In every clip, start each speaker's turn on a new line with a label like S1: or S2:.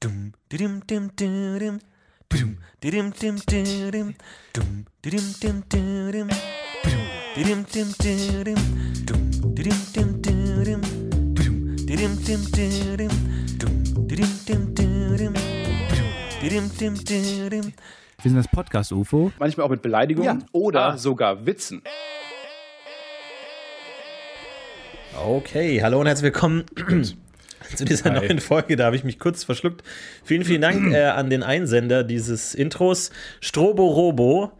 S1: Dum, didim, dim, didim. Dum, didim, dim, didim. Dum, didim, dim, didim. Dum, didim, dim, didim. Dum, didim, dim, didim. Dum, didim, dim, didim. Dum, didim, dim, didim. Dum, didim, dim, didim.
S2: Wir sind das Podcast UFO.
S3: manchmal auch mit Beleidigungen
S2: Ah.
S3: oder sogar Witzen.
S4: Okay, hallo und herzlich willkommen zu dieser neuen Folge. Da habe ich mich kurz verschluckt. Vielen, vielen Dank äh, an den Einsender dieses Intros. Stroborobo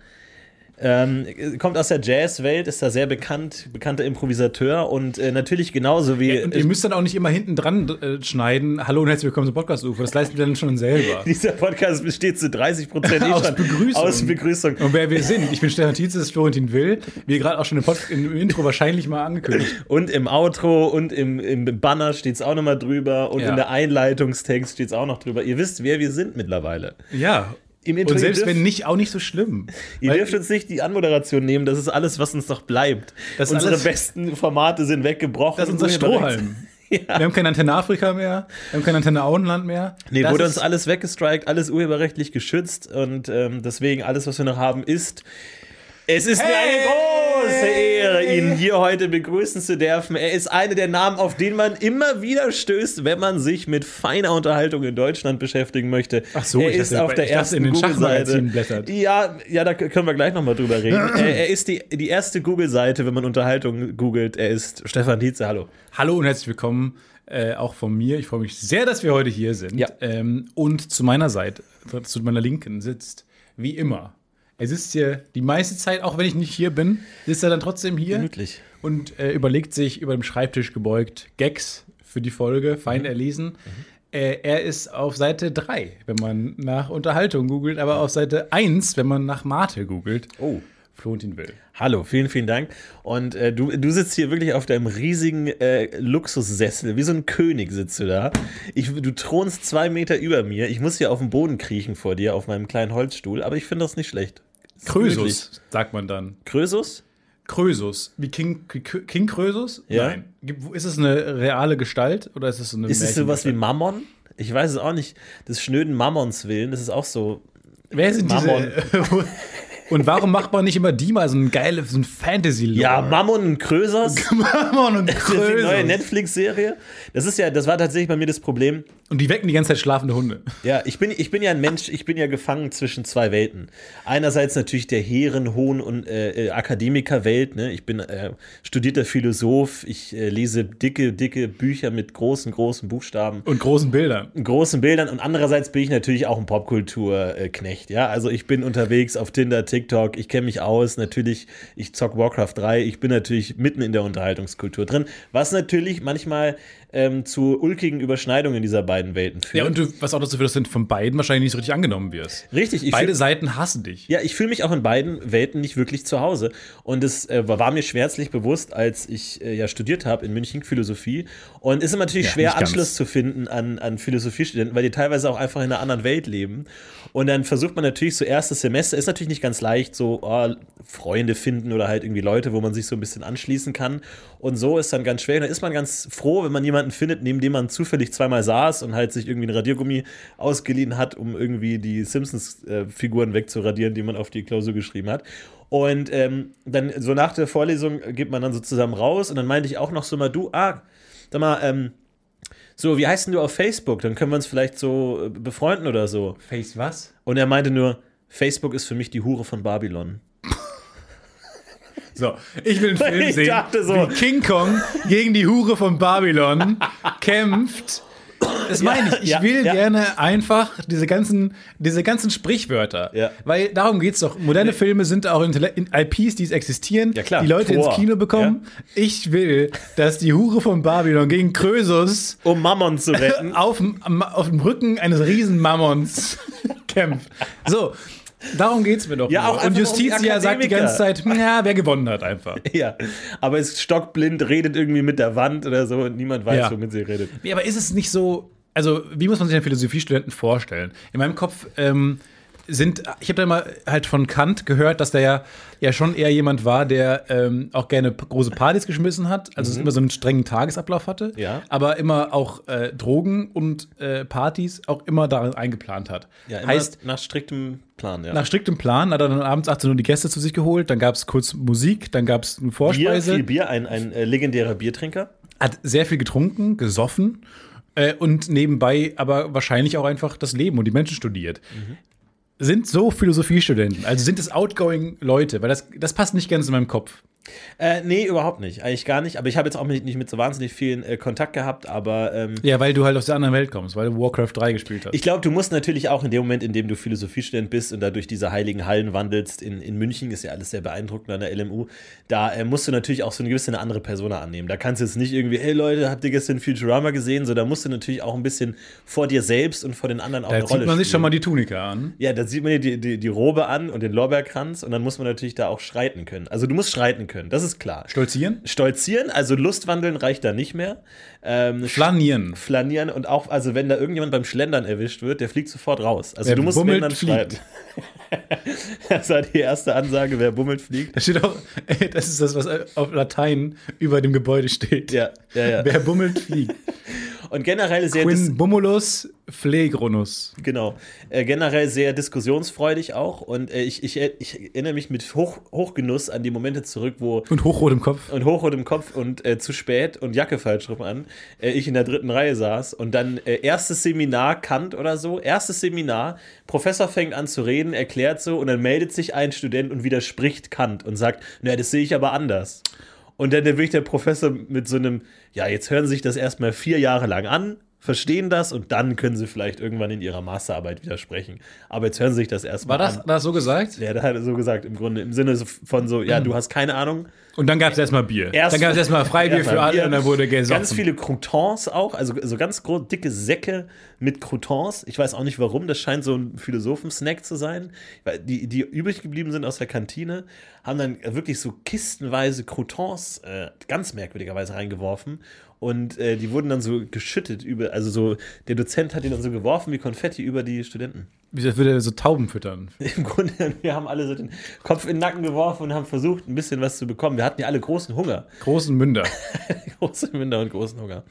S4: ähm, äh, kommt aus der Jazzwelt, ist da sehr bekannt, bekannter Improvisateur und äh, natürlich genauso wie
S2: Und ihr müsst dann auch nicht immer hinten dran äh, schneiden. Hallo und herzlich willkommen zum Podcast UFO. Das leisten wir dann schon selber.
S4: dieser Podcast besteht zu 30 Prozent eh
S2: Aus Begrüßung.
S4: Aus Begrüßung.
S2: Und wer wir sind, ich bin Stefan Tietze, das ist Florentin Will, wie gerade auch schon im, Pod im Intro wahrscheinlich mal angekündigt.
S4: Und im Outro und im, im Banner steht es auch nochmal drüber und
S2: Ja.
S4: in der Einleitungstext steht es auch noch drüber. Ihr wisst, wer wir sind mittlerweile.
S2: Ja.
S4: Im Intro
S2: Und selbst
S4: dürft-
S2: wenn nicht, auch nicht so schlimm.
S4: Ihr
S2: Weil-
S4: dürft uns nicht die Anmoderation nehmen, das ist alles, was uns noch bleibt.
S2: Das ist
S4: Unsere
S2: alles-
S4: besten Formate sind weggebrochen.
S2: das ist unser Strohhalm. Wir haben keine Antenne Afrika mehr, wir haben keine Antenne Auenland mehr.
S4: Nee,
S2: das
S4: wurde uns
S2: ist-
S4: alles weggestrikt, alles urheberrechtlich geschützt und ähm, deswegen alles, was wir noch haben, ist. Es ist mir eine große Ehre, ihn hier heute begrüßen zu dürfen. Er ist einer der Namen, auf den man immer wieder stößt, wenn man sich mit feiner Unterhaltung in Deutschland beschäftigen möchte.
S2: Ach so,
S4: er
S2: ich dachte,
S4: ist auf
S2: bei-
S4: der
S2: ich dachte,
S4: ersten
S2: in den
S4: Google-Seite.
S2: Schachmagazinen blättert.
S4: Ja, ja, da können wir gleich nochmal drüber reden. er, er ist die, die erste Google-Seite, wenn man Unterhaltung googelt. Er ist Stefan Dietze, hallo.
S2: Hallo und herzlich willkommen äh, auch von mir. Ich freue mich sehr, dass wir heute hier sind.
S4: Ja.
S2: Ähm, und zu meiner Seite, zu meiner Linken sitzt, wie immer. Er sitzt hier die meiste Zeit, auch wenn ich nicht hier bin, sitzt er dann trotzdem hier
S4: Gemütlich.
S2: und äh, überlegt sich über dem Schreibtisch gebeugt Gags für die Folge, fein
S4: Mhm.
S2: erlesen. Äh, er ist auf Seite 3, wenn man nach Unterhaltung googelt, aber auf Seite 1, wenn man nach Mate googelt.
S4: Oh.
S2: Florentin Will.
S4: Hallo, vielen, vielen Dank. Und äh, du, du sitzt hier wirklich auf deinem riesigen äh, Luxussessel. Wie so ein König sitzt du da. Ich, du thronst zwei Meter über mir. Ich muss hier auf den Boden kriechen vor dir, auf meinem kleinen Holzstuhl. Aber ich finde das nicht schlecht. Ist gemütlich.
S2: Krösus, sagt man dann.
S4: Krösus?
S2: Krösus, wie King, King Krösus?
S4: Ja.
S2: Nein. Gibt- wo- Ist es eine reale Gestalt oder ist es so eine
S4: Ist es sowas wie
S2: Märchengestalt?
S4: Mammon? Ich weiß es auch nicht. Des schnöden Mammons willen. Das ist auch so.
S2: Wer sind
S4: Mammon?
S2: diese? äh, und warum macht man nicht immer die mal so ein geiles, so ein fantasy -Lore?
S4: Ja, Mammon und Krösus.
S2: Mammon und
S4: Das ist die neue
S2: Krösus.
S4: Netflix-Serie. Das ist ja, das war tatsächlich bei mir das Problem.
S2: Und die wecken die ganze Zeit schlafende Hunde.
S4: Ja, ich bin, ich bin ja ein Mensch, ich bin ja gefangen zwischen zwei Welten. Einerseits natürlich der hehren, hohen und äh, äh, Akademikerwelt. Ne? Ich bin äh, studierter Philosoph, ich äh, lese dicke, dicke Bücher mit großen, großen Buchstaben,
S2: Und großen Bildern.
S4: großen Bildern. Und andererseits bin ich natürlich auch ein Popkulturknecht. Ja, also ich bin unterwegs auf Tinder, TikTok, ich kenne mich aus. Natürlich, ich zock Warcraft 3. Ich bin natürlich mitten in der Unterhaltungskultur drin, was natürlich manchmal ähm, zu ulkigen Überschneidungen dieser beiden Welten führt.
S2: Ja, und du, was auch dazu führt, dass du von beiden wahrscheinlich nicht so richtig angenommen wirst.
S4: Richtig, ich
S2: Beide
S4: fühl-
S2: Seiten hassen dich.
S4: Ja, ich fühle mich auch in beiden Welten nicht wirklich zu Hause. Und es äh, war mir schmerzlich bewusst, als ich äh, ja studiert habe in München Philosophie. Und es ist immer natürlich schwer,
S2: nicht ganz.
S4: Anschluss zu finden an, an Philosophiestudenten, weil die teilweise auch einfach in einer anderen Welt leben. Und dann versucht man natürlich so erstes Semester, ist natürlich nicht ganz leicht, so oh, Freunde finden oder halt irgendwie Leute, wo man sich so ein bisschen anschließen kann. Und so ist dann ganz schwer. Und dann ist man ganz froh, wenn man jemanden findet, neben dem man zufällig zweimal saß und halt sich irgendwie ein Radiergummi ausgeliehen hat, um irgendwie die Simpsons-Figuren wegzuradieren, die man auf die Klausur geschrieben hat. Und ähm, dann so nach der Vorlesung geht man dann so zusammen raus und dann meinte ich auch noch so mal, du, ah, sag mal, ähm, so, wie heißt denn du auf Facebook? Dann können wir uns vielleicht so äh, befreunden oder so.
S2: Face was?
S4: Und er meinte nur, Facebook ist für mich die Hure von Babylon.
S2: So, ich will einen Film
S4: Ich
S2: sehen,
S4: dachte so.
S2: wie King Kong gegen die Hure von Babylon kämpft. Das meine ich. Ich
S4: ja,
S2: will
S4: ja.
S2: gerne einfach diese ganzen, diese ganzen Sprichwörter.
S4: Ja.
S2: Weil darum geht es doch. Moderne Filme sind auch Intelle- in IPs, die es existieren,
S4: Ja, klar.
S2: die Leute
S4: Tor.
S2: ins Kino bekommen. Ich will, dass die Hure von Babylon gegen Krösus
S4: Um Mammon zu retten.
S2: auf, dem- am- auf dem Rücken eines Riesenmammons kämpft. So, darum geht's mir doch.
S4: Ja,
S2: nur.
S4: auch
S2: Und
S4: einfach um die
S2: Justitia sagt die
S4: Akademiker.
S2: ganze Zeit, ja, wer gewonnen hat einfach.
S4: ja, aber ist stockblind, redet irgendwie mit der Wand oder so und niemand weiß,
S2: Ja.
S4: womit sie redet.
S2: Nee, aber ist es nicht so, also wie muss man sich einen Philosophiestudenten vorstellen? In meinem Kopf ähm, sind, ich habe da mal halt von Kant gehört, dass der ja, ja schon eher jemand war, der ähm, auch gerne p- große Partys geschmissen hat, also es immer so einen strengen Tagesablauf hatte,
S4: Mhm. Ja.
S2: aber immer auch äh, Drogen und äh, Partys auch immer darin eingeplant hat.
S4: Ja, immer
S2: heißt,
S4: nach striktem Plan, ja.
S2: nach striktem Plan hat er dann abends 18 Uhr die Gäste zu sich geholt, dann gab es kurz Musik, dann gab es eine
S4: Bier,
S2: Vorspeise.
S4: viel Bier, ein, ein äh, legendärer Biertrinker.
S2: hat sehr viel getrunken, gesoffen äh, und nebenbei aber wahrscheinlich auch einfach das Leben und die Menschen studiert. Sind so Philosophiestudenten, also sind es outgoing Leute, weil das, das passt nicht ganz in meinem Kopf.
S4: Äh, nee, überhaupt nicht. Eigentlich gar nicht. Aber ich habe jetzt auch nicht, nicht mit so wahnsinnig vielen äh, Kontakt gehabt, aber ähm,
S2: Ja, weil du halt aus der anderen Welt kommst, weil du Warcraft 3 gespielt hast.
S4: Ich glaube, du musst natürlich auch in dem Moment, in dem du Philosophiestudent bist und da durch diese heiligen Hallen wandelst, in, in München ist ja alles sehr beeindruckend an der LMU, da äh, musst du natürlich auch so eine gewisse eine andere Persona annehmen. Da kannst du jetzt nicht irgendwie, hey Leute, habt ihr gestern Futurama gesehen? So, da musst du natürlich auch ein bisschen vor dir selbst und vor den anderen auch
S2: da
S4: eine
S2: zieht
S4: Rolle
S2: man sich schon
S4: spielen.
S2: mal die Tunika an.
S4: ja, da sieht man dir die, die, die Robe an und den Lorbeerkranz und dann muss man natürlich da auch schreiten können. Also du musst schreiten können, das ist klar.
S2: Stolzieren?
S4: Stolzieren, also Lustwandeln reicht da nicht mehr. Ähm,
S2: Flanieren.
S4: flanieren und auch, also wenn da irgendjemand beim Schlendern erwischt wird, der fliegt sofort raus. Also
S2: Wer
S4: du musst
S2: bummelt,
S4: wenn dann
S2: fliegt.
S4: schreiten. das war die erste Ansage, wer bummelt, fliegt.
S2: Da steht auch, äh, das ist das, was äh, auf Latein über dem Gebäude steht.
S4: Ja, ja, ja.
S2: Wer bummelt, fliegt.
S4: Und generell sehr, dis
S2: Quin Bummulus Phlegronus.
S4: genau, äh, generell sehr diskussionsfreudig auch. Und äh, ich, ich, ich erinnere mich mit Hoch, Hochgenuss an die Momente zurück, wo
S2: Und hochrot im Kopf.
S4: und hochrot im Kopf und äh, zu spät und Jacke falsch rum an. Äh, ich in der dritten Reihe saß und dann äh, erstes Seminar Kant oder so, erstes Seminar, Professor fängt an zu reden, erklärt so und dann meldet sich ein Student und widerspricht Kant und sagt, naja, das sehe ich aber anders. Und dann wirklich der Professor mit so einem, ja, jetzt hören Sie sich das erstmal vier Jahre lang an, verstehen das und dann können Sie vielleicht irgendwann in Ihrer Masterarbeit widersprechen. Aber jetzt hören Sie sich das
S2: War
S4: erstmal
S2: das,
S4: an.
S2: war das so gesagt?
S4: Ja, da hat er so gesagt, im Grunde, im Sinne so- von so, ja, du hast keine Ahnung,
S2: Und dann gab es erstmal Bier.
S4: Erst-
S2: dann gab es erstmal Freibier
S4: Ja,
S2: für
S4: bei
S2: alle
S4: mir
S2: und dann wurde gesoffen.
S4: Ganz viele Croutons auch, also so ganz groß, dicke Säcke mit Croutons. Ich weiß auch nicht warum, das scheint so ein Philosophen-Snack zu sein. Weil Die, die übrig geblieben sind aus der Kantine, haben dann wirklich so kistenweise Croutons äh, ganz merkwürdigerweise reingeworfen. Und äh, die wurden dann so geschüttet über, also so, der Dozent hat die dann so geworfen wie Konfetti über die Studenten.
S2: Wieso würde er so Tauben füttern?
S4: Im Grunde, wir haben alle so den Kopf in den Nacken geworfen und haben versucht, ein bisschen was zu bekommen. Wir hatten ja alle großen Hunger.
S2: Großen Münder.
S4: Große Münder und großen Hunger.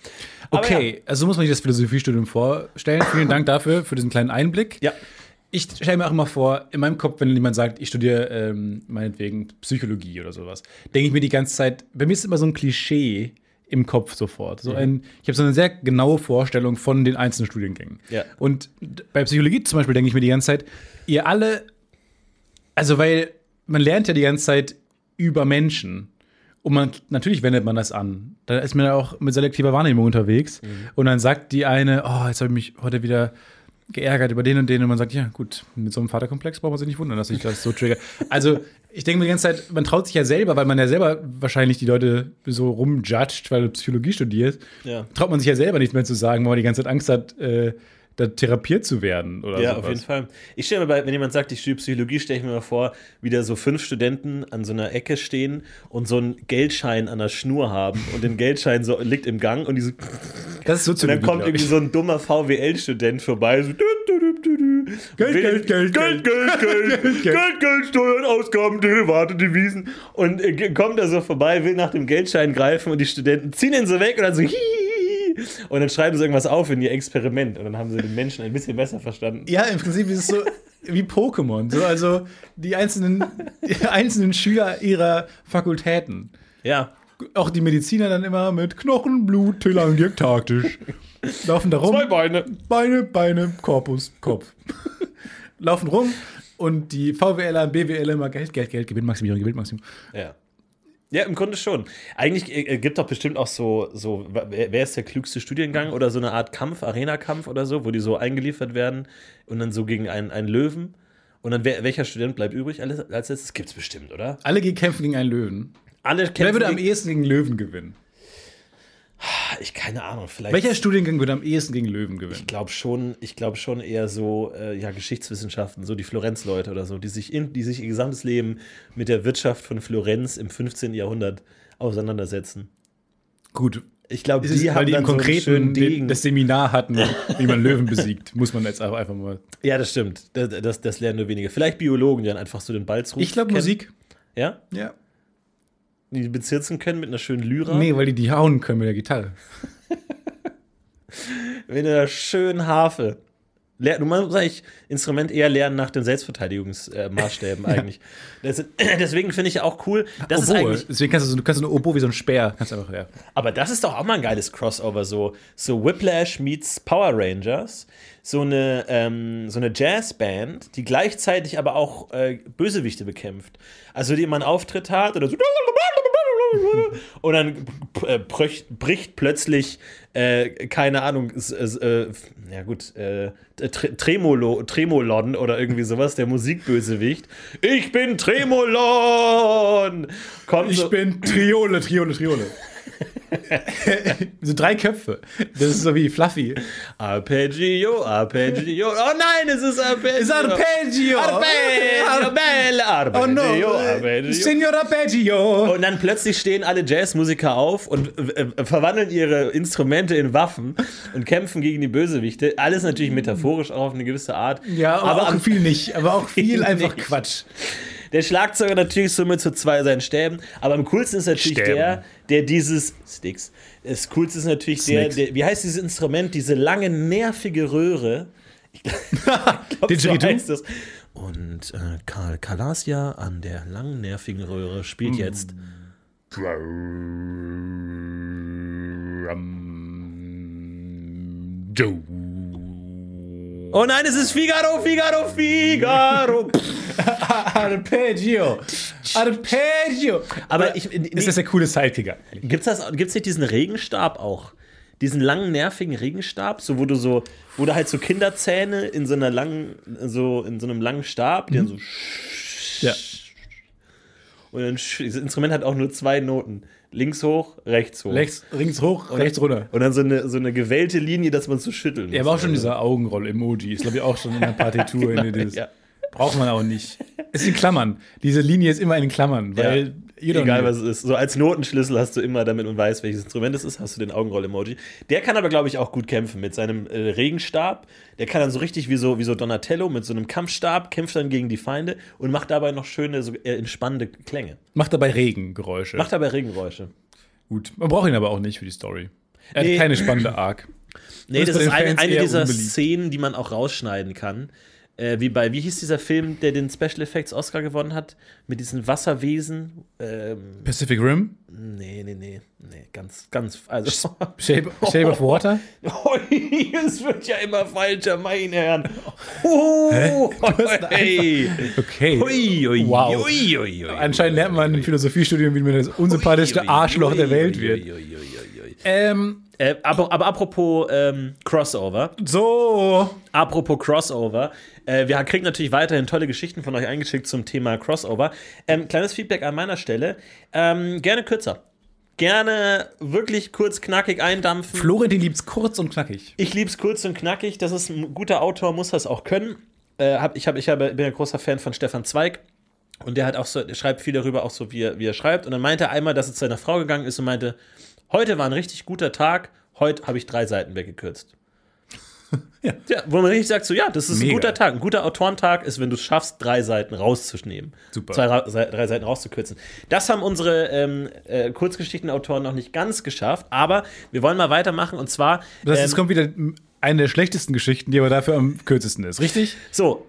S4: Aber
S2: Okay, also so muss man sich das Philosophiestudium vorstellen. Vielen Dank dafür, für diesen kleinen Einblick.
S4: Ja.
S2: Ich stelle mir auch immer vor, in meinem Kopf, wenn jemand sagt, ich studiere ähm, meinetwegen Psychologie oder sowas, denke ich mir die ganze Zeit, bei mir ist immer so ein Klischee im Kopf sofort. So ein, ich habe so eine sehr genaue Vorstellung von den einzelnen Studiengängen.
S4: Ja.
S2: Und d- bei Psychologie zum Beispiel denke ich mir die ganze Zeit, ihr alle, also weil man lernt ja die ganze Zeit über Menschen. Und man, natürlich wendet man das an. Da ist man ja auch mit selektiver Wahrnehmung
S4: Mhm.
S2: unterwegs. Und dann sagt die eine, oh, jetzt habe ich mich heute wieder geärgert über den und den und man sagt, ja gut, mit so einem Vaterkomplex braucht man sich nicht wundern, dass ich das so trigger. Also ich denke mir die ganze Zeit, man traut sich ja selber, weil man ja selber wahrscheinlich die Leute so rumjudgt, weil du Psychologie studierst,
S4: Ja.
S2: traut man sich ja selber nicht mehr zu sagen, weil man die ganze Zeit Angst hat, äh, da therapiert zu werden oder
S4: Ja,
S2: sowas.
S4: auf jeden Fall. Ich stelle mir bei, wenn jemand sagt, ich studiere Psychologie, stelle ich mir mal vor, wie da so fünf Studenten an so einer Ecke stehen und so einen Geldschein an der Schnur haben und den Geldschein so liegt im Gang und die so,
S2: Das ist so
S4: und dann kommt irgendwie so ein dummer VWL-Student vorbei. So, dü, dü, dü, dü, dü.
S2: Geld,
S4: Will-
S2: Geld,
S4: Geld,
S2: Geld,
S4: Geld, Geld, Geld, Geld, Geld, Steuern, Ausgaben, Derivate, Devisen. Und äh, ge- kommt er so vorbei, will nach dem Geldschein greifen und die Studenten ziehen ihn so weg und dann so, hihihi. Und dann schreiben sie irgendwas auf in ihr Experiment. Und dann haben sie den Menschen ein bisschen besser verstanden.
S2: Ja, im Prinzip ist es so wie Pokémon. So, also die einzelnen, die einzelnen Schüler ihrer Fakultäten.
S4: Ja.
S2: Auch die Mediziner dann immer mit Knochen, Blut, Telangiek, taktisch. Laufen da rum.
S4: Zwei Beine.
S2: Beine, Beine, Korpus, Kopf. Laufen rum und die VWLer und BWLer immer Geld, Geld, Geld, Gewinnmaximierung, Gewinnmaximierung.
S4: Ja. Ja, im Grunde schon. Eigentlich äh, gibt doch bestimmt auch so, so wer, wer ist der klügste Studiengang oder so eine Art Kampf, Arena-Kampf oder so, wo die so eingeliefert werden und dann so gegen einen, einen Löwen. Und dann wer, welcher Student bleibt übrig alles, als letztes? Gibt's bestimmt, oder?
S2: Alle gehen kämpfen gegen einen Löwen.
S4: Alle
S2: Wer
S4: kämpfen
S2: würde am
S4: gegen- Ah,
S2: ehesten gegen Löwen gewinnen?
S4: Ich keine Ahnung, vielleicht.
S2: Welcher Studiengang würde am ehesten gegen Löwen
S4: Ich
S2: gewinnen?
S4: glaube schon, ich glaube schon eher so, äh, ja, Geschichtswissenschaften, so die Florenz-Leute oder so, die sich, in, die sich ihr gesamtes Leben mit der Wirtschaft von Florenz im 15. Jahrhundert auseinandersetzen.
S2: Gut.
S4: Ich glaube,
S2: Die
S4: die
S2: weil
S4: haben
S2: die
S4: dann
S2: im
S4: so einen schönen
S2: Konkreten den,
S4: Degen.
S2: das Seminar hatten, wie man Löwen besiegt, muss man jetzt auch einfach mal.
S4: Ja, das stimmt. Das, das, das lernen nur wenige. Vielleicht Biologen, die dann einfach so den Balzruf.
S2: Ich glaube,
S4: kennen.
S2: Musik.
S4: Ja?
S2: Ja.
S4: Die bezirzen können mit einer schönen Lyra.
S2: Nee, weil die die hauen können mit der Gitarre.
S4: Mit einer schönen Harfe. Ler du musst eigentlich Instrument eher lernen nach den Selbstverteidigungsmaßstäben äh, Maßstäben eigentlich. Das, deswegen finde ich ja auch cool. Das ist
S2: Oboe.
S4: eigentlich,
S2: Deswegen kannst du, so- du kannst so eine Oboe wie so ein Speer. Kannst einfach, ja.
S4: aber das ist doch auch mal ein geiles Crossover. So, so Whiplash meets Power Rangers. So eine, ähm, so eine Jazzband, die gleichzeitig aber auch äh, Bösewichte bekämpft. Also die immer einen Auftritt hat oder so. Und dann äh, bröch- bricht plötzlich, äh, keine Ahnung, s- s- äh, ja gut, äh, Tre- Tremolo, Tremolon oder irgendwie sowas, der Musikbösewicht. Ich bin Tremolon! Kommt so,
S2: Ich bin Triole, Triole, Triole. so drei Köpfe. Das ist so wie Fluffy.
S4: Arpeggio, Arpeggio. Oh nein, es ist Arpeggio. Es
S2: Arpeggio!
S4: Arpeggio, bella, Arpeggio,
S2: Oh no!
S4: Arpeggio.
S2: Signor Arpeggio!
S4: Und dann plötzlich stehen alle Jazzmusiker auf und äh, äh, verwandeln ihre Instrumente in Waffen und kämpfen gegen die Bösewichte. Alles natürlich metaphorisch auch auf eine gewisse Art.
S2: Ja, aber,
S4: aber
S2: auch
S4: am,
S2: viel nicht. Aber auch viel
S4: Viel
S2: einfach
S4: nicht.
S2: Quatsch.
S4: der Schlagzeuger natürlich so mit zu zwei seinen Stäben. Aber am coolsten ist natürlich
S2: Stäben.
S4: der, der dieses Sticks. Das coolste ist natürlich der,
S2: Snicks.
S4: der, wie heißt dieses Instrument? Diese lange nervige Röhre.
S2: Didgeridoo?
S4: So heißt das. Und äh, Karl Kalasia an der langen nervigen Röhre spielt
S2: Mm.
S4: jetzt. Oh nein, es ist Figaro, Figaro, Figaro.
S2: Arpeggio! Arpeggio!
S4: Aber ich,
S2: Ist das der coole Sidekicker?
S4: gibt's das, gibt's nicht diesen Regenstab auch? Diesen langen nervigen Regenstab, so wo du so, wo du halt so Kinderzähne in so einer langen, so in so einem langen Stab, die dann so
S2: Mhm. Ja.
S4: und dann sch- dieses Instrument hat auch nur zwei Noten, links hoch, rechts hoch.
S2: Rechts, links hoch, rechts runter.
S4: Und dann so eine, so eine gewellte Linie, dass man so schütteln muss.
S2: Ja, aber auch schon dieser Augenroll-Emoji. Ist, glaube ich, auch schon in der Partitur. in dieses,
S4: ja.
S2: Braucht man auch nicht. Ist in Klammern. Diese Linie ist immer in Klammern, weil you don't
S4: Egal
S2: know.
S4: was es ist. So als Notenschlüssel hast du immer, damit man weiß, welches Instrument es ist, hast du den Augenroll-Emoji. Der kann aber, glaube ich, auch gut kämpfen mit seinem äh, Regenstab. Der kann dann so richtig wie so, wie so Donatello mit so einem Kampfstab, kämpft dann gegen die Feinde und macht dabei noch schöne, so, äh, entspannende Klänge.
S2: Macht dabei Regengeräusche.
S4: Macht dabei Regengeräusche.
S2: Gut. Man braucht ihn aber auch nicht für die Story. Er
S4: Nee.
S2: hat keine spannende Arc.
S4: Nee,
S2: Das
S4: das
S2: ist bei
S4: ist eine,
S2: den Fans
S4: eine
S2: eher
S4: dieser
S2: unbeliebt.
S4: Szenen, die man auch rausschneiden kann. Äh, Äh, wie bei, wie hieß dieser Film, der den Special Effects Oscar gewonnen hat? Mit diesen Wasserwesen? Ähm,
S2: Pacific Rim,
S4: nee, nee, nee, nee, ganz, ganz, also.
S2: Shape, Shape of Water.
S4: Ui, es wird ja immer falscher, meine Herren. Oh, hey.
S2: Okay.
S4: Ui, ui,
S2: Wow.
S4: ui, ui, ui.
S2: Anscheinend lernt man im Philosophiestudium, wie man das unsympathischste
S4: Ui, ui,
S2: Arschloch
S4: ui,
S2: der Welt
S4: ui,
S2: wird.
S4: ui, ui, ui, ui.
S2: Ähm,
S4: Äh, aber, aber apropos ähm, Crossover,
S2: so.
S4: apropos Crossover, äh, wir kriegen natürlich weiterhin tolle Geschichten von euch eingeschickt zum Thema Crossover. Ähm, kleines Feedback an meiner Stelle, ähm, gerne kürzer. Gerne wirklich kurz knackig eindampfen.
S2: Florentin liebt's kurz und knackig.
S4: Ich lieb's kurz und knackig. Das ist ein guter Autor, muss das auch können. Äh, hab, ich hab, ich hab, bin ein großer Fan von Stefan Zweig. Und der hat auch so, der schreibt viel darüber, auch so wie er, wie er schreibt. Und dann meinte er einmal, dass er zu seiner Frau gegangen ist und meinte, heute war ein richtig guter Tag, heute habe ich drei Seiten weggekürzt. ja. wo man richtig sagt, so ja, das ist
S2: Mega.
S4: ein guter Tag. Ein guter Autorentag ist, wenn du es schaffst, drei Seiten rauszunehmen.
S2: Super.
S4: Zwei, Ra- Se- drei Seiten rauszukürzen. Das haben unsere ähm, äh, Kurzgeschichtenautoren noch nicht ganz geschafft, aber wir wollen mal weitermachen und zwar.
S2: Das
S4: ähm,
S2: ist, kommt wieder eine der schlechtesten Geschichten, die aber dafür am kürzesten ist, richtig?
S4: So.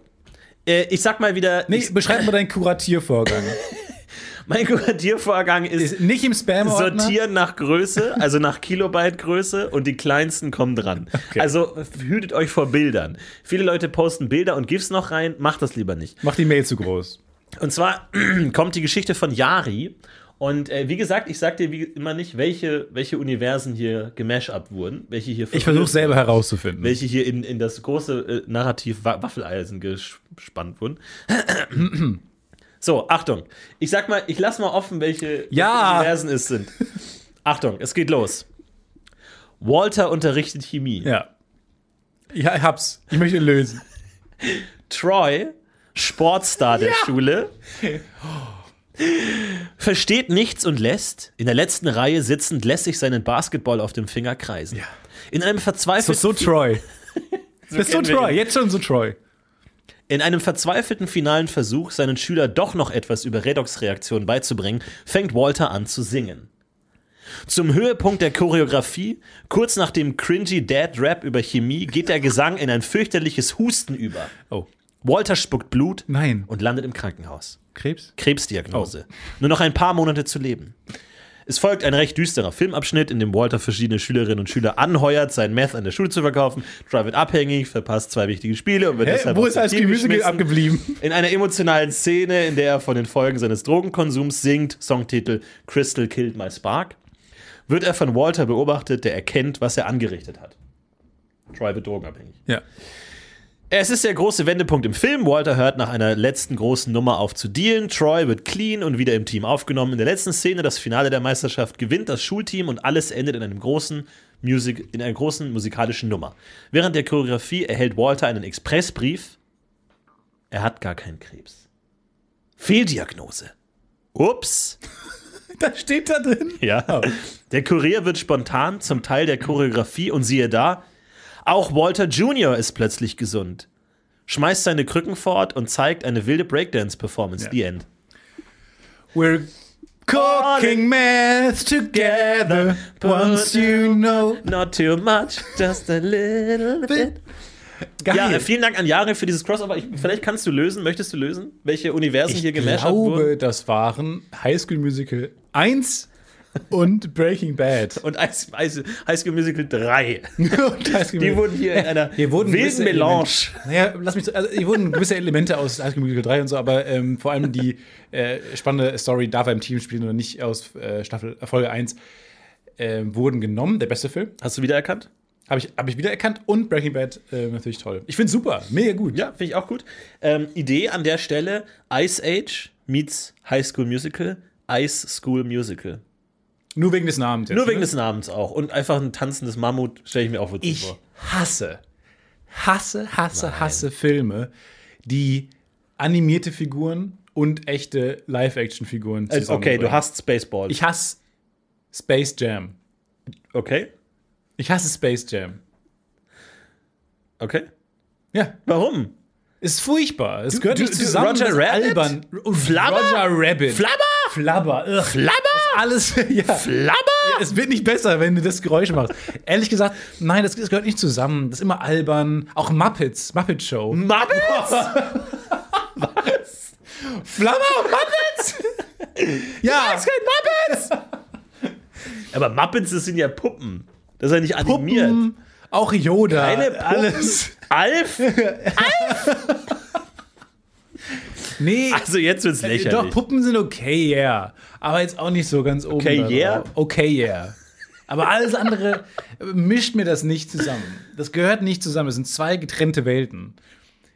S4: Äh, ich sag mal wieder,
S2: Nee,
S4: ich,
S2: beschreib mal deinen Kuratiervorgang.
S4: mein Kuratiervorgang ist,
S2: Ist nicht im Spam-Ordner.
S4: sortieren nach Größe, also nach Kilobyte-Größe und die kleinsten kommen dran. Also hütet euch vor Bildern. Viele Leute posten Bilder und GIFs noch rein, macht das lieber nicht.
S2: Mach die Mail zu groß.
S4: Und zwar kommt die Geschichte von Yari. Und äh, wie gesagt, ich sag dir wie immer nicht, welche, welche Universen hier gemash-up wurden, welche hier
S2: Ich versuche
S4: selber.
S2: selber herauszufinden.
S4: welche hier in, in das große äh, Narrativ Wa Waffeleisen gespannt wurden. so, Achtung. Ich sag mal, ich lass mal offen, welche,
S2: Ja.
S4: welche Universen es sind. Achtung, es geht los. Walter unterrichtet Chemie.
S2: Ja. Ja, ich hab's. Ich möchte lösen.
S4: Troy, Sportstar der Schule, versteht nichts und lässt in der letzten Reihe sitzend lässig seinen Basketball auf dem Finger kreisen. In einem
S2: So,
S4: verzweifelten
S2: so Troy. Bist so
S4: kennen wir
S2: Troy,
S4: ihn.
S2: jetzt schon so Troy.
S4: In einem verzweifelten finalen Versuch, seinen Schüler doch noch etwas über Redox-Reaktionen beizubringen, fängt Walter an zu singen. Zum Höhepunkt der Choreografie, kurz nach dem cringy Dad-Rap über Chemie, geht der Gesang in ein fürchterliches Husten über.
S2: Oh.
S4: Walter spuckt Blut
S2: Nein.
S4: und landet im Krankenhaus.
S2: Krebs?
S4: Krebsdiagnose. Nur noch ein paar Monate zu leben. Es folgt ein recht düsterer Filmabschnitt, in dem Walter verschiedene Schülerinnen und Schüler anheuert, sein Meth an der Schule zu verkaufen, Drive it abhängig, verpasst zwei wichtige Spiele und wird
S2: Hä?
S4: deshalb
S2: Wo
S4: aus
S2: ist
S4: dem
S2: als
S4: Team
S2: Gemüse
S4: geschmissen.
S2: abgeblieben?
S4: In einer emotionalen Szene, in der er von den Folgen seines Drogenkonsums singt, Songtitel Crystal Killed My Spark, wird er von Walter beobachtet, der erkennt, was er angerichtet hat. Troy wird drogenabhängig.
S2: Ja.
S4: Es ist der große Wendepunkt im Film. Walter hört nach einer letzten großen Nummer auf zu dealen. Troy wird clean und wieder im Team aufgenommen. In der letzten Szene, das Finale der Meisterschaft, gewinnt das Schulteam und alles endet in einem großen Music, in einer großen musikalischen Nummer. Während der Choreografie erhält Walter einen Expressbrief. Er hat gar keinen Krebs. Fehldiagnose. Ups.
S2: Da steht da drin.
S4: Ja. Der Kurier wird spontan zum Teil der Choreografie und siehe da, auch Walter Jr. ist plötzlich gesund. Schmeißt seine Krücken fort und zeigt eine wilde Breakdance-Performance. The End.
S2: We're cooking math together. Once you know.
S4: Not too much, just a little bit.
S2: Geil.
S4: Ja, äh, vielen Dank an Jari für dieses Crossover. Ich, vielleicht kannst du lösen, möchtest du lösen, welche Universen hier
S2: ich
S4: gemasht wurden?
S2: glaube, das waren High School Musical 1 und Breaking Bad.
S4: Und Ice, Ice, High School Musical 3.
S2: Und High School
S4: Die
S2: Musical.
S4: wurden hier in einer
S2: Hier wurden
S4: wilden
S2: gewisse
S4: Melange.
S2: Elemente- Naja, lass mich. zu- Also, hier wurden gewisse Elemente aus High School Musical 3 und so, aber ähm, vor allem die äh, spannende Story, darf er im Team spielen oder nicht, aus äh, Staffel, Folge 1, ähm, wurden genommen. Der beste Film.
S4: Hast du wiedererkannt?
S2: Habe ich, hab ich wiedererkannt und Breaking Bad äh, natürlich toll. Ich finde super, mega gut.
S4: Ja, finde ich auch gut. Ähm, Idee an der Stelle: Ice Age meets High School Musical, Ice School Musical.
S2: Nur wegen des Namens. Jetzt,
S4: Nur wegen
S2: ne?
S4: des Namens auch. Und einfach ein tanzendes Mammut stelle ich mir auch witzig
S2: Ich
S4: vor.
S2: hasse, hasse, hasse, hasse Filme, die animierte Figuren und echte Live-Action-Figuren
S4: Also, okay, du
S2: zusammenbringen.
S4: hast Spaceball.
S2: Ich hasse Space Jam.
S4: okay,
S2: Ich hasse Space Jam.
S4: okay.
S2: Ja,
S4: Warum?
S2: ist furchtbar. Es gehört
S4: du-
S2: nicht
S4: du-
S2: zusammen.
S4: Roger
S2: das ist
S4: Rabbit?
S2: Albern. Und
S4: Flubber?
S2: Roger Rabbit.
S4: Flabber!
S2: Flabber. Ugh. Flabber? Alles, ja. Flabber? Es wird nicht besser, wenn du das Geräusch machst. Ehrlich gesagt, nein, das, das gehört nicht zusammen. Das ist immer albern. Auch Muppets, Muppet Show.
S4: Muppets?
S2: Flabber und Muppets? ja.
S4: Das ist kein Muppets! Aber Muppets, das sind ja Puppen. Das ist ja nicht animiert.
S2: Hm, Auch Yoda.
S4: Keine Puppen.
S2: alles.
S4: Alf?
S2: Nee.
S4: Also jetzt wird's
S2: Äh,
S4: lächerlich.
S2: Doch, Puppen sind okay, yeah. Aber jetzt auch nicht so ganz oben.
S4: Okay,
S2: da drauf.
S4: yeah?
S2: Okay, yeah. Aber alles andere äh, mischt mir das nicht zusammen. Das gehört nicht zusammen. Es sind zwei getrennte Welten.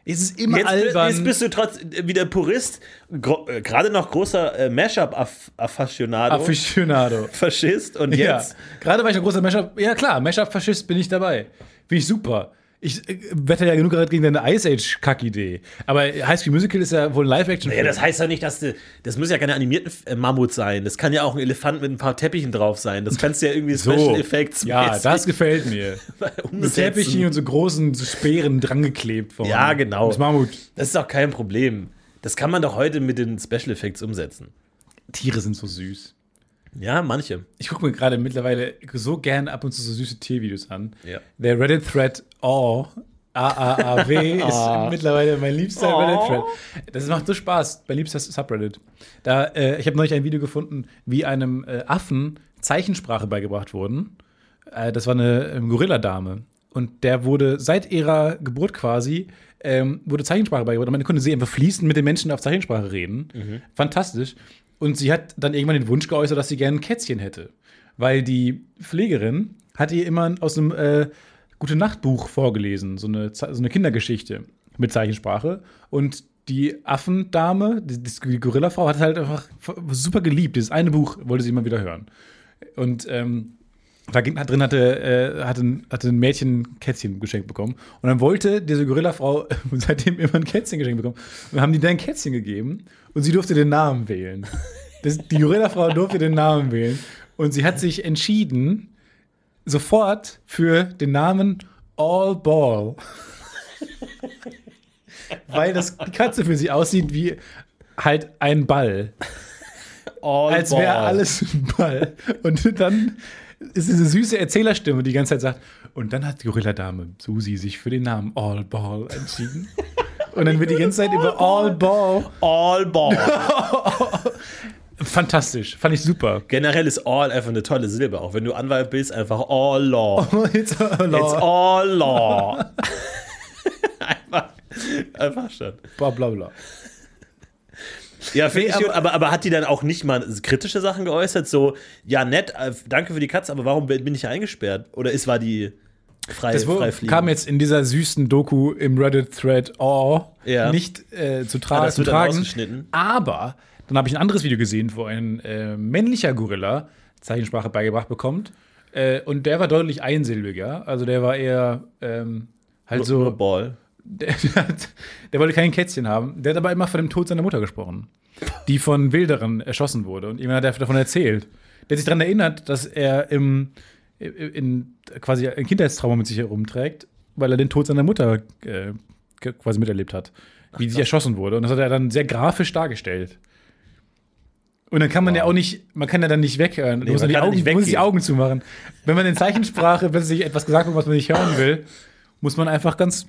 S2: Es ist immer
S4: Jetzt, bi-
S2: albern.
S4: jetzt bist du trotz äh, wieder Purist, gro- äh, gerade noch großer äh,
S2: Ah,
S4: Mashup-Afficionado,
S2: Aficionado.
S4: Faschist und
S2: Ja.
S4: jetzt
S2: Gerade war ich ein großer Mashup. Ja, klar, Mashup-Faschist bin ich dabei. Bin ich super. Ich äh, wette ja genug gerade gegen deine Ice Age-Kack-Idee. Aber High School Musical ist ja wohl ein Live-Action.
S4: Ja, das heißt ja nicht, dass du, das müssen ja keine animierten äh, Mammut sein. Das kann ja auch ein Elefant mit ein paar Teppichen drauf sein. Das kannst du ja irgendwie Special Effects
S2: Ja,
S4: mäßig
S2: das gefällt mir. Mit
S4: umsetzen.
S2: Teppichen und so großen so Speeren drangeklebt worden.
S4: Ja, genau.
S2: Das Mammut.
S4: Das ist auch kein Problem. Das kann man doch heute mit den Special Effects umsetzen.
S2: Tiere sind so süß.
S4: Ja, manche.
S2: Ich gucke mir gerade mittlerweile so gern ab und zu so süße Tiervideos an.
S4: Ja.
S2: Der Reddit-Thread Oh, AAAW ist mittlerweile mein liebster Reddit-Thread. Das macht so Spaß, mein liebster Subreddit. Da, äh, ich habe neulich ein Video gefunden, wie einem äh, Affen Zeichensprache beigebracht wurden. Äh, das war eine ähm, Gorilladame. Und der wurde seit ihrer Geburt quasi, ähm, wurde Zeichensprache beigebracht. Und man konnte sie einfach fließend mit den Menschen auf Zeichensprache reden. Fantastisch. Und sie hat dann irgendwann den Wunsch geäußert, dass sie gerne ein Kätzchen hätte. Weil die Pflegerin hat ihr immer aus einem äh, Gute-Nacht-Buch vorgelesen, so eine, Ze- so eine Kindergeschichte mit Zeichensprache. Und die Affendame, die, die Gorillafrau, hat es halt einfach super geliebt. Dieses eine Buch wollte sie immer wieder hören. Und ähm, da ging- drin hatte, äh, hatte, ein- hatte ein Mädchen ein Kätzchen geschenkt bekommen. Und dann wollte diese Gorillafrau seitdem immer ein Kätzchen geschenkt bekommen. Und dann haben die dann ein Kätzchen gegeben und sie durfte den Namen wählen. Das, die Gorillafrau durfte den Namen wählen. Und sie hat sich entschieden, sofort für den Namen All Ball. Weil das, die Katze für sie aussieht wie halt ein Ball.
S4: All
S2: Als wäre alles ein Ball. Und dann ist diese süße Erzählerstimme, die die ganze Zeit sagt, und dann hat die Gorilla-Dame Susi sich für den Namen All Ball entschieden. Und dann wird die ganze Zeit über All Ball.
S4: All Ball.
S2: Fantastisch, fand ich super.
S4: Generell ist All einfach eine tolle Silbe. Auch wenn du Anwalt bist, einfach All Law.
S2: It's all
S4: It's All Law. einfach, einfach schon.
S2: bla bla bla.
S4: Ja, finde
S2: Nee,
S4: ich
S2: aber-
S4: gut. Aber, aber hat die dann auch nicht mal kritische Sachen geäußert? So, ja, nett, äh, danke für die Katze, aber warum bin bin ich hier eingesperrt? Oder ist war die frei,
S2: Das wo-
S4: frei fliegen?
S2: kam jetzt in dieser süßen Doku im Reddit-Thread oh,
S4: Ja.
S2: nicht äh, zu, tra
S4: Ah, das
S2: zu
S4: wird dann
S2: tragen.
S4: rausgeschnitten.
S2: Aber dann habe ich ein anderes Video gesehen, wo ein äh, männlicher Gorilla Zeichensprache beigebracht bekommt. Äh, und der war deutlich einsilbiger. Also der war eher ähm, halt
S4: Nur
S2: so.
S4: Ball.
S2: Der, der, hat, der wollte kein Kätzchen haben. Der hat aber immer von dem Tod seiner Mutter gesprochen, die von Wilderern erschossen wurde. Und jemand hat er davon erzählt. Der hat sich daran erinnert, dass er im, in, quasi ein Kindheitstrauma mit sich herumträgt, weil er den Tod seiner Mutter äh, ge- quasi miterlebt hat, wie sie erschossen wurde. Und das hat er dann sehr grafisch dargestellt. Und dann kann man ja auch nicht, man kann ja dann nicht weghören. Du musst
S4: man
S2: dann
S4: kann
S2: die
S4: ja
S2: Augen,
S4: nicht
S2: du musst die
S4: weggehen.
S2: Augen zumachen. Wenn man in Zeichensprache plötzlich etwas gesagt wird, was man nicht hören will, muss man einfach ganz.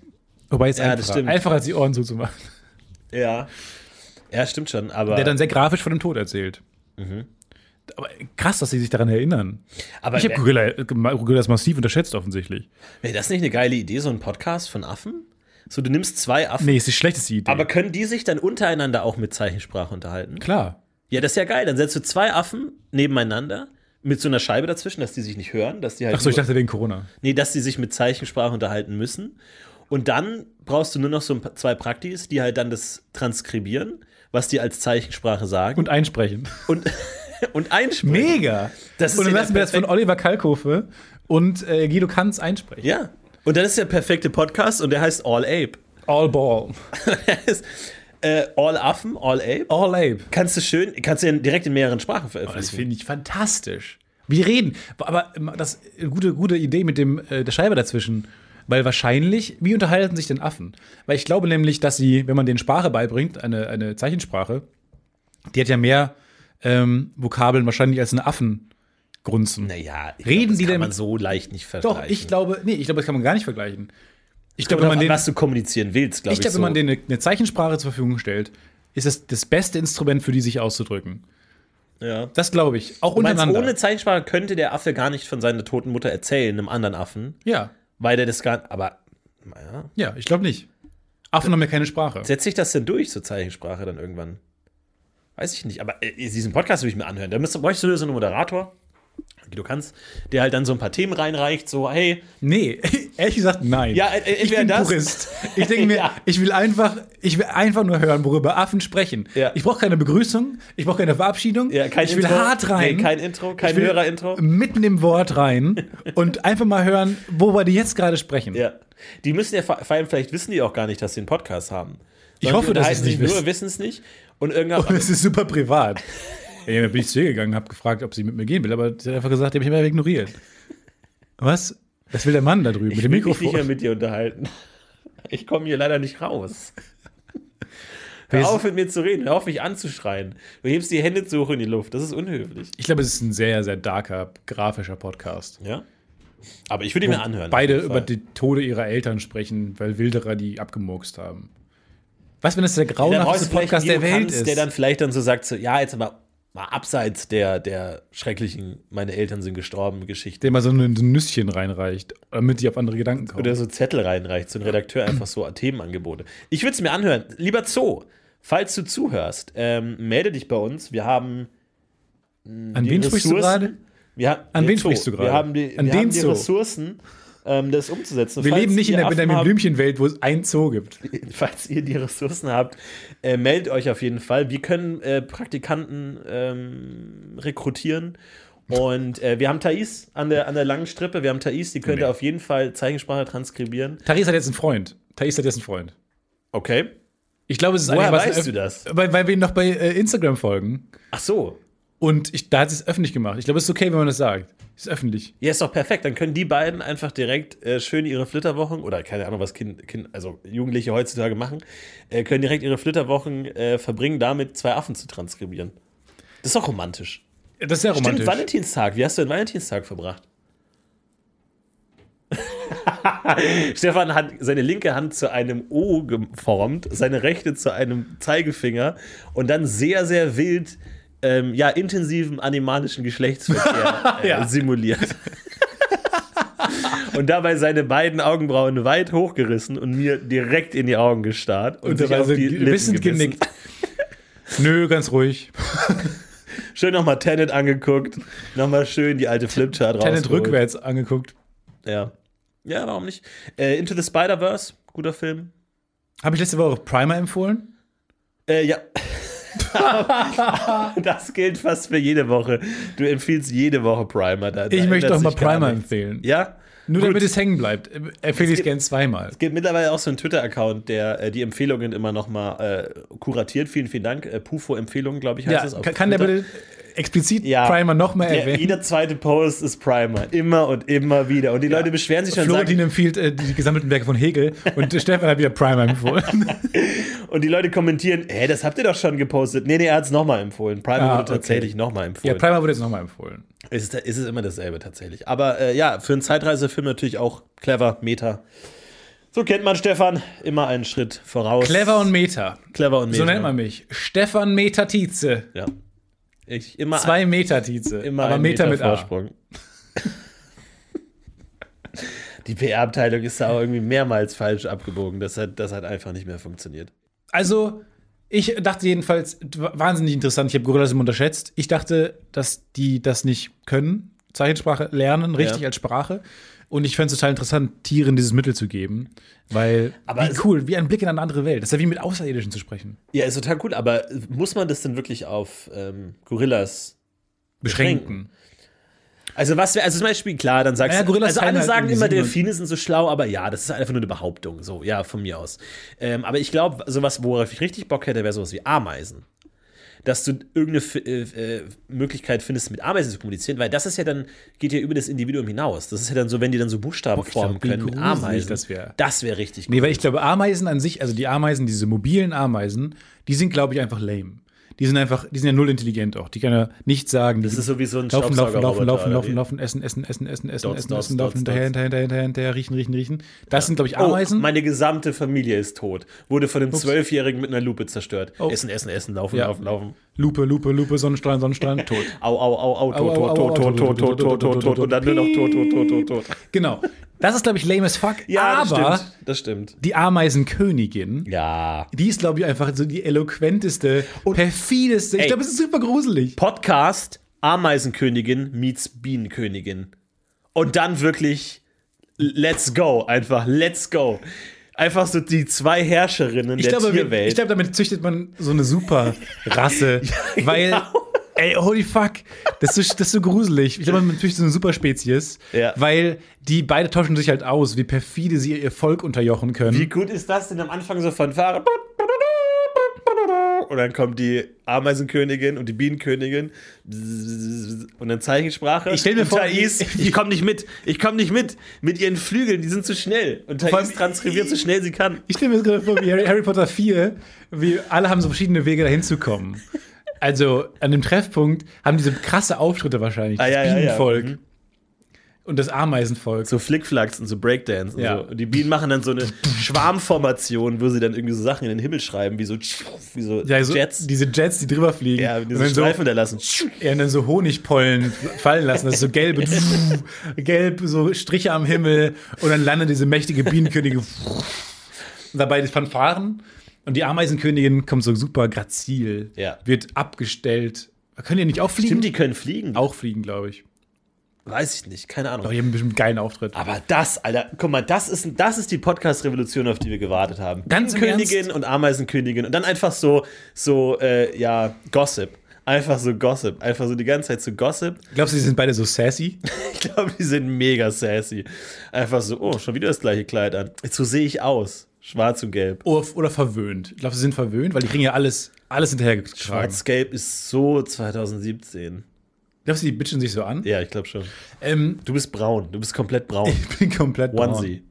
S2: Wobei es
S4: Ja, das
S2: einfacher,
S4: stimmt.
S2: einfacher als die Ohren zuzumachen.
S4: Ja. Ja, stimmt schon. Aber,
S2: Der dann sehr grafisch von dem Tod erzählt. Aber krass, dass sie sich daran erinnern.
S4: Mhm. aber
S2: ich habe
S4: wär,
S2: Gorilla, äh, Gorillas massiv unterschätzt offensichtlich.
S4: wär das nicht eine geile Idee, so ein Podcast von Affen? So, du nimmst zwei Affen.
S2: Nee, ist die schlechteste Idee.
S4: Aber können die sich dann untereinander auch mit Zeichensprache unterhalten?
S2: klar.
S4: Ja, das ist ja geil. Dann setzt du zwei Affen nebeneinander mit so einer Scheibe dazwischen, dass die sich nicht hören, dass die halt
S2: Achso, ich
S4: nur-
S2: dachte wegen Corona.
S4: Nee, dass sie sich mit Zeichensprache unterhalten müssen. Und dann brauchst du nur noch so ein, pa- zwei Praktis, die halt dann das transkribieren, was die als Zeichensprache sagen
S2: Und einsprechen.
S4: und, und einsprechen.
S2: Mega!
S4: Das ist
S2: und dann
S4: ja
S2: lassen wir das von
S4: perfekt.
S2: Oliver Kalkofe und äh, Guido Kanz einsprechen.
S4: Ja. Und dann ist der perfekte Podcast und der heißt All Ape.
S2: All Ball.
S4: Der ist, äh, all Affen, All Ape.
S2: All Ape.
S4: Kannst du schön, kannst du ja direkt in mehreren Sprachen
S2: Oh, Das
S4: veröffentlichen.
S2: finde ich fantastisch. Wir reden. Aber ähm, das äh, gute, gute Idee mit dem äh, der Scheibe dazwischen. Weil wahrscheinlich, wie unterhalten sich denn Affen? Weil ich glaube nämlich, dass sie, wenn man denen Sprache beibringt, eine, eine Zeichensprache, die hat ja mehr ähm, Vokabeln wahrscheinlich als einen Affen grunzen.
S4: Naja, ich
S2: Reden
S4: das
S2: die
S4: kann
S2: denn-
S4: man so leicht nicht vergleichen.
S2: Doch, ich glaube, nee, ich glaube, das kann man gar nicht vergleichen. Ich
S4: Kommt
S2: glaube, wenn
S4: drauf
S2: man
S4: an,
S2: den,
S4: was du kommunizieren willst, glaube
S2: ich
S4: ich.
S2: glaube,
S4: so.
S2: wenn man denen eine, eine Zeichensprache zur Verfügung stellt, ist das das beste Instrument für die, sich auszudrücken.
S4: ja.
S2: Das glaube ich. Auch
S4: Du meinst,
S2: untereinander.
S4: ohne Zeichensprache könnte der Affe gar nicht von seiner toten Mutter erzählen, einem anderen Affen,
S2: ja,
S4: weil der das gar aber naja.
S2: ja, ich glaube nicht. Affen haben ja keine Sprache.
S4: Setzt sich das denn durch, so Zeichensprache dann irgendwann? Weiß ich nicht, aber äh, diesen Podcast will ich mir anhören. Da müsste, bräuchtest du so einen Moderator, du kannst, der halt dann so ein paar Themen reinreicht, so, hey,
S2: Nee, ehrlich gesagt, nein.
S4: Ja, äh,
S2: ich
S4: entweder
S2: bin
S4: das-
S2: Purist. Ich denke mir,
S4: Ja.
S2: ich will einfach, ich will einfach nur hören, worüber Affen sprechen.
S4: Ja.
S2: Ich brauche keine Begrüßung, ich brauche keine Verabschiedung.
S4: Ja, kein
S2: ich will
S4: Intro.
S2: hart rein.
S4: Nee, kein Intro, kein
S2: Ich will
S4: Hörer-Intro.
S2: Mitten im Wort rein und einfach mal hören, worüber die jetzt gerade sprechen.
S4: Ja. Die müssen ja vor vor allem, vielleicht wissen die auch gar nicht, dass sie einen Podcast haben.
S2: Ich
S4: Sondern
S2: hoffe,
S4: die
S2: dass sie es
S4: unterhalten sich
S2: nicht
S4: nur, wissen es nicht. Und
S2: Und
S4: irgendwann.
S2: es ist super privat. Ja, dann bin ich zu ihr gegangen, habe gefragt, ob sie mit mir gehen will, aber sie hat einfach gesagt, die habe ich immer ignoriert. Was? Was will der Mann da drüben mit dem
S4: will mich nicht mehr
S2: Mikrofon?
S4: mit dir unterhalten. Ich komme hier leider nicht raus. Hör auf, mit mir zu reden. Hör auf, mich anzuschreien. Du hebst die Hände zu hoch in die Luft. Das ist unhöflich.
S2: Ich glaube, es ist ein sehr, sehr darker, grafischer Podcast.
S4: Ja. Aber ich würde ihn mir anhören.
S2: Beide
S4: auf jeden
S2: über
S4: Fall.
S2: die Tode ihrer Eltern sprechen, weil Wilderer die abgemurkst haben. Was, wenn das der
S4: dann brauchst
S2: grauenhafteste
S4: du vielleicht
S2: Podcast der
S4: jemanden,
S2: Welt ist?
S4: Der dann vielleicht dann so sagt: so, Ja, jetzt mal, mal abseits der, der schrecklichen, meine Eltern sind gestorben, Geschichte.
S2: der mal so ein so ein Nüsschen reinreicht, damit die auf andere Gedanken kommen.
S4: Oder so Zettel reinreicht, so ein Redakteur einfach so Themenangebote. Ich würde es mir anhören. Lieber Zoo, falls du zuhörst, ähm, melde dich bei uns. Wir haben
S2: An
S4: die
S2: wen sprichst du
S4: Ressourcen-
S2: gerade?
S4: Wir ha-
S2: An
S4: den
S2: wen
S4: Zoo.
S2: sprichst du gerade?
S4: Wir haben die,
S2: An
S4: wir
S2: den
S4: haben die
S2: Zoo.
S4: Ressourcen, ähm, das umzusetzen.
S2: Wir
S4: Falls
S2: leben nicht in
S4: ihr
S2: der
S4: Affen
S2: Benjamin
S4: habt-
S2: Blümchen-Welt, wo es ein Zoo gibt.
S4: Falls ihr die Ressourcen habt, äh, meldet euch auf jeden Fall. Wir können äh, Praktikanten ähm, rekrutieren. Und äh, wir haben Thais an der, an der langen Strippe. Wir haben Thais, die könnte
S2: Nee.
S4: auf jeden Fall Zeichensprache transkribieren.
S2: Therese hat jetzt einen Freund. Therese hat jetzt einen Freund.
S4: Okay.
S2: Ich glaube, es ist
S4: Woher
S2: einer, was-
S4: weißt du das?
S2: Weil, weil wir ihn noch bei äh, Instagram folgen.
S4: Ach so.
S2: Und ich, da hat sie es öffentlich gemacht. Ich glaube, es ist okay, wenn man das sagt. Es ist öffentlich.
S4: Ja, ist doch perfekt. Dann können die beiden einfach direkt äh, schön ihre Flitterwochen oder keine Ahnung, was kind, kind, also Jugendliche heutzutage machen, äh, können direkt ihre Flitterwochen äh, verbringen, damit zwei Affen zu transkribieren. Das ist doch romantisch.
S2: Das ist sehr romantisch.
S4: Stimmt, Valentinstag. Wie hast du den Valentinstag verbracht? Stefan hat seine linke Hand zu einem O geformt, seine rechte zu einem Zeigefinger und dann sehr, sehr wild, ähm, ja, intensiven animalischen Geschlechtsverkehr äh, simuliert. und dabei seine beiden Augenbrauen weit hochgerissen und mir direkt in die Augen gestarrt und,
S2: und
S4: sich
S2: dabei
S4: auf
S2: so
S4: die
S2: ein
S4: Lippen
S2: bisschen
S4: gebissen.
S2: genickt. Nö, ganz ruhig.
S4: Schön nochmal Tenet angeguckt, nochmal schön die alte Flipchart
S2: Tenet
S4: rausgeholt.
S2: rückwärts angeguckt.
S4: Ja. Ja, warum nicht? Äh, Into the Spider-Verse, guter Film.
S2: Habe ich letzte Woche Primer empfohlen?
S4: Äh, ja. das gilt fast für jede Woche. Du empfiehlst jede Woche Primer. Da, da
S2: Ich möchte
S4: ändert
S2: doch mal
S4: sich gar
S2: Primer
S4: nichts.
S2: empfehlen.
S4: Ja?
S2: Nur
S4: Gut.
S2: damit es hängen bleibt, äh, empfehle ich es gern zweimal.
S4: Es gibt mittlerweile auch so einen Twitter-Account, der äh, die Empfehlungen immer nochmal äh, kuratiert. Vielen, vielen Dank. Äh, Pufo-Empfehlungen, glaube ich, heißt
S2: Ja,
S4: es. auf
S2: kann, kann der
S4: Twitter.
S2: bitte explizit
S4: Ja.
S2: Primer nochmal
S4: Der,
S2: erwähnen?
S4: jeder zweite Post ist Primer. Immer und immer wieder. Und die Leute beschweren sich schon.
S2: Florentin empfiehlt äh, die gesammelten Werke von Hegel und äh, Stefan hat wieder Primer empfohlen.
S4: Und die Leute kommentieren, hä, das habt ihr doch schon gepostet. Nee, nee, er hat es nochmal empfohlen. Primer
S2: Ah,
S4: wurde
S2: okay.
S4: tatsächlich nochmal empfohlen.
S2: ja, Primer wurde jetzt nochmal empfohlen.
S4: Es ist, es ist immer dasselbe tatsächlich. Aber äh, ja, für einen Zeitreisefilm natürlich auch clever, Meta. So kennt man Stefan, immer einen Schritt voraus.
S2: Clever und Meta.
S4: clever und Meta.
S2: So nennt man mich. Stefan Metatize.
S4: Ja. Ich immer
S2: Zwei Metatize.
S4: immer
S2: aber
S4: einen
S2: Meta mit A.
S4: Vorsprung. Die PR-Abteilung ist da auch irgendwie mehrmals falsch abgebogen. Das hat, das hat einfach nicht mehr funktioniert.
S2: Also, ich dachte jedenfalls, d- wahnsinnig interessant, ich habe Gorillas immer unterschätzt. Ich dachte, dass die das nicht können, Zeichensprache lernen, richtig
S4: Ja.
S2: als Sprache. Und ich fände es total interessant, Tieren dieses Mittel zu geben. Weil,
S4: Aber
S2: wie
S4: es-
S2: cool, wie ein Blick in eine andere Welt. Das ist ja wie mit Außerirdischen zu sprechen.
S4: Ja, ist total cool, aber muss man das denn wirklich auf ähm, Gorillas
S2: Beschränken.
S4: Also was wäre, also zum Beispiel, klar, dann sagst
S2: Naja,
S4: du,
S2: Gorillas
S4: also alle
S2: fallen halt
S4: sagen
S2: in die
S4: immer,
S2: Sieben-
S4: Delfine sind so schlau, aber ja, das ist einfach nur eine Behauptung, so, ja, von mir aus. Ähm, aber ich glaube, sowas, worauf ich richtig Bock hätte, wäre sowas wie Ameisen. Dass du irgendeine F äh, äh, Möglichkeit findest, mit Ameisen zu kommunizieren, weil das ist ja dann, geht ja über das Individuum hinaus. Das ist ja dann so, wenn die dann so Buchstaben
S2: Oh, ich
S4: formen
S2: glaub, wie
S4: können mit
S2: gruselig
S4: Ameisen.
S2: das wär.
S4: Das wäre richtig cool.
S2: Nee, weil ich glaube, Ameisen an sich, also die Ameisen, diese mobilen Ameisen, die sind, glaube ich, einfach lame. die sind einfach, die sind ja null intelligent auch. Die können ja nichts sagen. Die
S4: Das ist sowieso ein
S2: laufen, laufen, laufen,
S4: Staubsaugerroboter,
S2: laufen,
S4: oder
S2: laufen,
S4: wie?
S2: laufen, essen, essen, essen, essen, essen,
S4: Dots,
S2: essen,
S4: dots,
S2: essen,
S4: dots,
S2: laufen, hinterher,
S4: dots.
S2: hinterher, hinterher, hinterher, riechen, riechen, riechen. Das sind, glaube ich,
S4: Oh,
S2: Ameisen.
S4: meine gesamte Familie ist tot. Wurde von einem Zwölfjährigen mit einer Lupe zerstört. Essen, essen, essen, laufen,
S2: Oh. Ja.
S4: laufen, laufen.
S2: Lupe, Lupe, Lupe, Sonnenstrahlen, Sonnenstrahlen, tot.
S4: Au, au, au, au, tot,
S2: au,
S4: tot,
S2: au,
S4: tot, tot, tot, tot, tot, tot, tot. Und dann nur noch tot, tot, tot, tot, tot.
S2: Genau. Das ist, glaube ich, lame as fuck.
S4: Ja, das
S2: aber
S4: stimmt. Das stimmt.
S2: die Ameisenkönigin,
S4: Ja.
S2: die ist, glaube ich, einfach so die eloquenteste, perfideste.
S4: Ey.
S2: Ich glaube, es ist super gruselig.
S4: Podcast Ameisenkönigin meets Bienenkönigin. Und dann wirklich let's go. Einfach let's go. Einfach so die zwei Herrscherinnen
S2: Ich
S4: der
S2: glaube, wir-
S4: Tierwelt.
S2: ich glaube, damit züchtet man so eine super Rasse,
S4: genau.
S2: weil ey, holy fuck, das ist, so- das ist so gruselig. Ich glaube, man züchtet so eine super Spezies,
S4: Ja.
S2: weil die beide tauschen sich halt aus, wie perfide sie ihr Volk unterjochen können.
S4: Wie gut ist das denn am Anfang so von Fahrer? Und dann kommt die Ameisenkönigin und die Bienenkönigin und dann Zeichensprache.
S2: Ich stell mir
S4: und
S2: vor,
S4: Thais, ich komme nicht mit, ich komme nicht mit. Mit ihren Flügeln, die sind zu schnell. Und
S2: Vor
S4: Thais
S2: allem-
S4: transkribiert so schnell sie kann.
S2: Ich stelle mir das gerade vor, wie Harry, Harry Potter 4, wie alle haben so verschiedene Wege, dahin zu kommen. Also an dem Treffpunkt haben diese krasse Auftritte wahrscheinlich.
S4: Ah,
S2: das
S4: ja, ja, ja.
S2: Bienenvolk und das Ameisenvolk.
S4: So Flickflacks und so Breakdance und
S2: Ja.
S4: so. Und die Bienen machen dann so eine Schwarmformation, wo sie dann irgendwie so Sachen in den Himmel schreiben, wie so, wie so,
S2: Ja, so
S4: Jets.
S2: Diese Jets, die drüber fliegen.
S4: ja,
S2: und
S4: diese
S2: dann so
S4: Streifen da lassen.
S2: Ja, und dann so Honigpollen fallen lassen, das ist so gelbe, gelb, so Striche am Himmel und dann landet diese mächtige Bienenkönigin. Und dabei die Fanfaren und die Ameisenkönigin kommt so super grazil,
S4: Ja.
S2: wird abgestellt. Können die nicht auch fliegen?
S4: Stimmt, die können fliegen.
S2: auch fliegen, glaube ich.
S4: Weiß ich nicht, keine Ahnung.
S2: Aber die haben bestimmt einen geilen Auftritt.
S4: Aber das, Alter, guck mal, das ist, das ist die Podcast-Revolution, auf die wir gewartet haben.
S2: Ganz im
S4: Königin und Ameisenkönigin und dann einfach so, so, äh, ja, Gossip. Einfach so Gossip. Einfach so die ganze Zeit so Gossip.
S2: Glaubst du, die sind beide so sassy?
S4: Ich glaube, die sind mega sassy. Einfach so, oh, schon wieder das gleiche Kleid an. So sehe ich aus. Schwarz und gelb.
S2: Oder, oder verwöhnt? Glaubst du, sie sind verwöhnt? Weil die kriegen ja alles, alles hinterhergetragen.
S4: Schwarz-gelb ist so 2017.
S2: Glaubst du, die bitchen sich so an?
S4: Ja, ich glaube schon.
S2: Ähm,
S4: Du bist braun. Du bist komplett braun.
S2: ich bin komplett
S4: Onesie.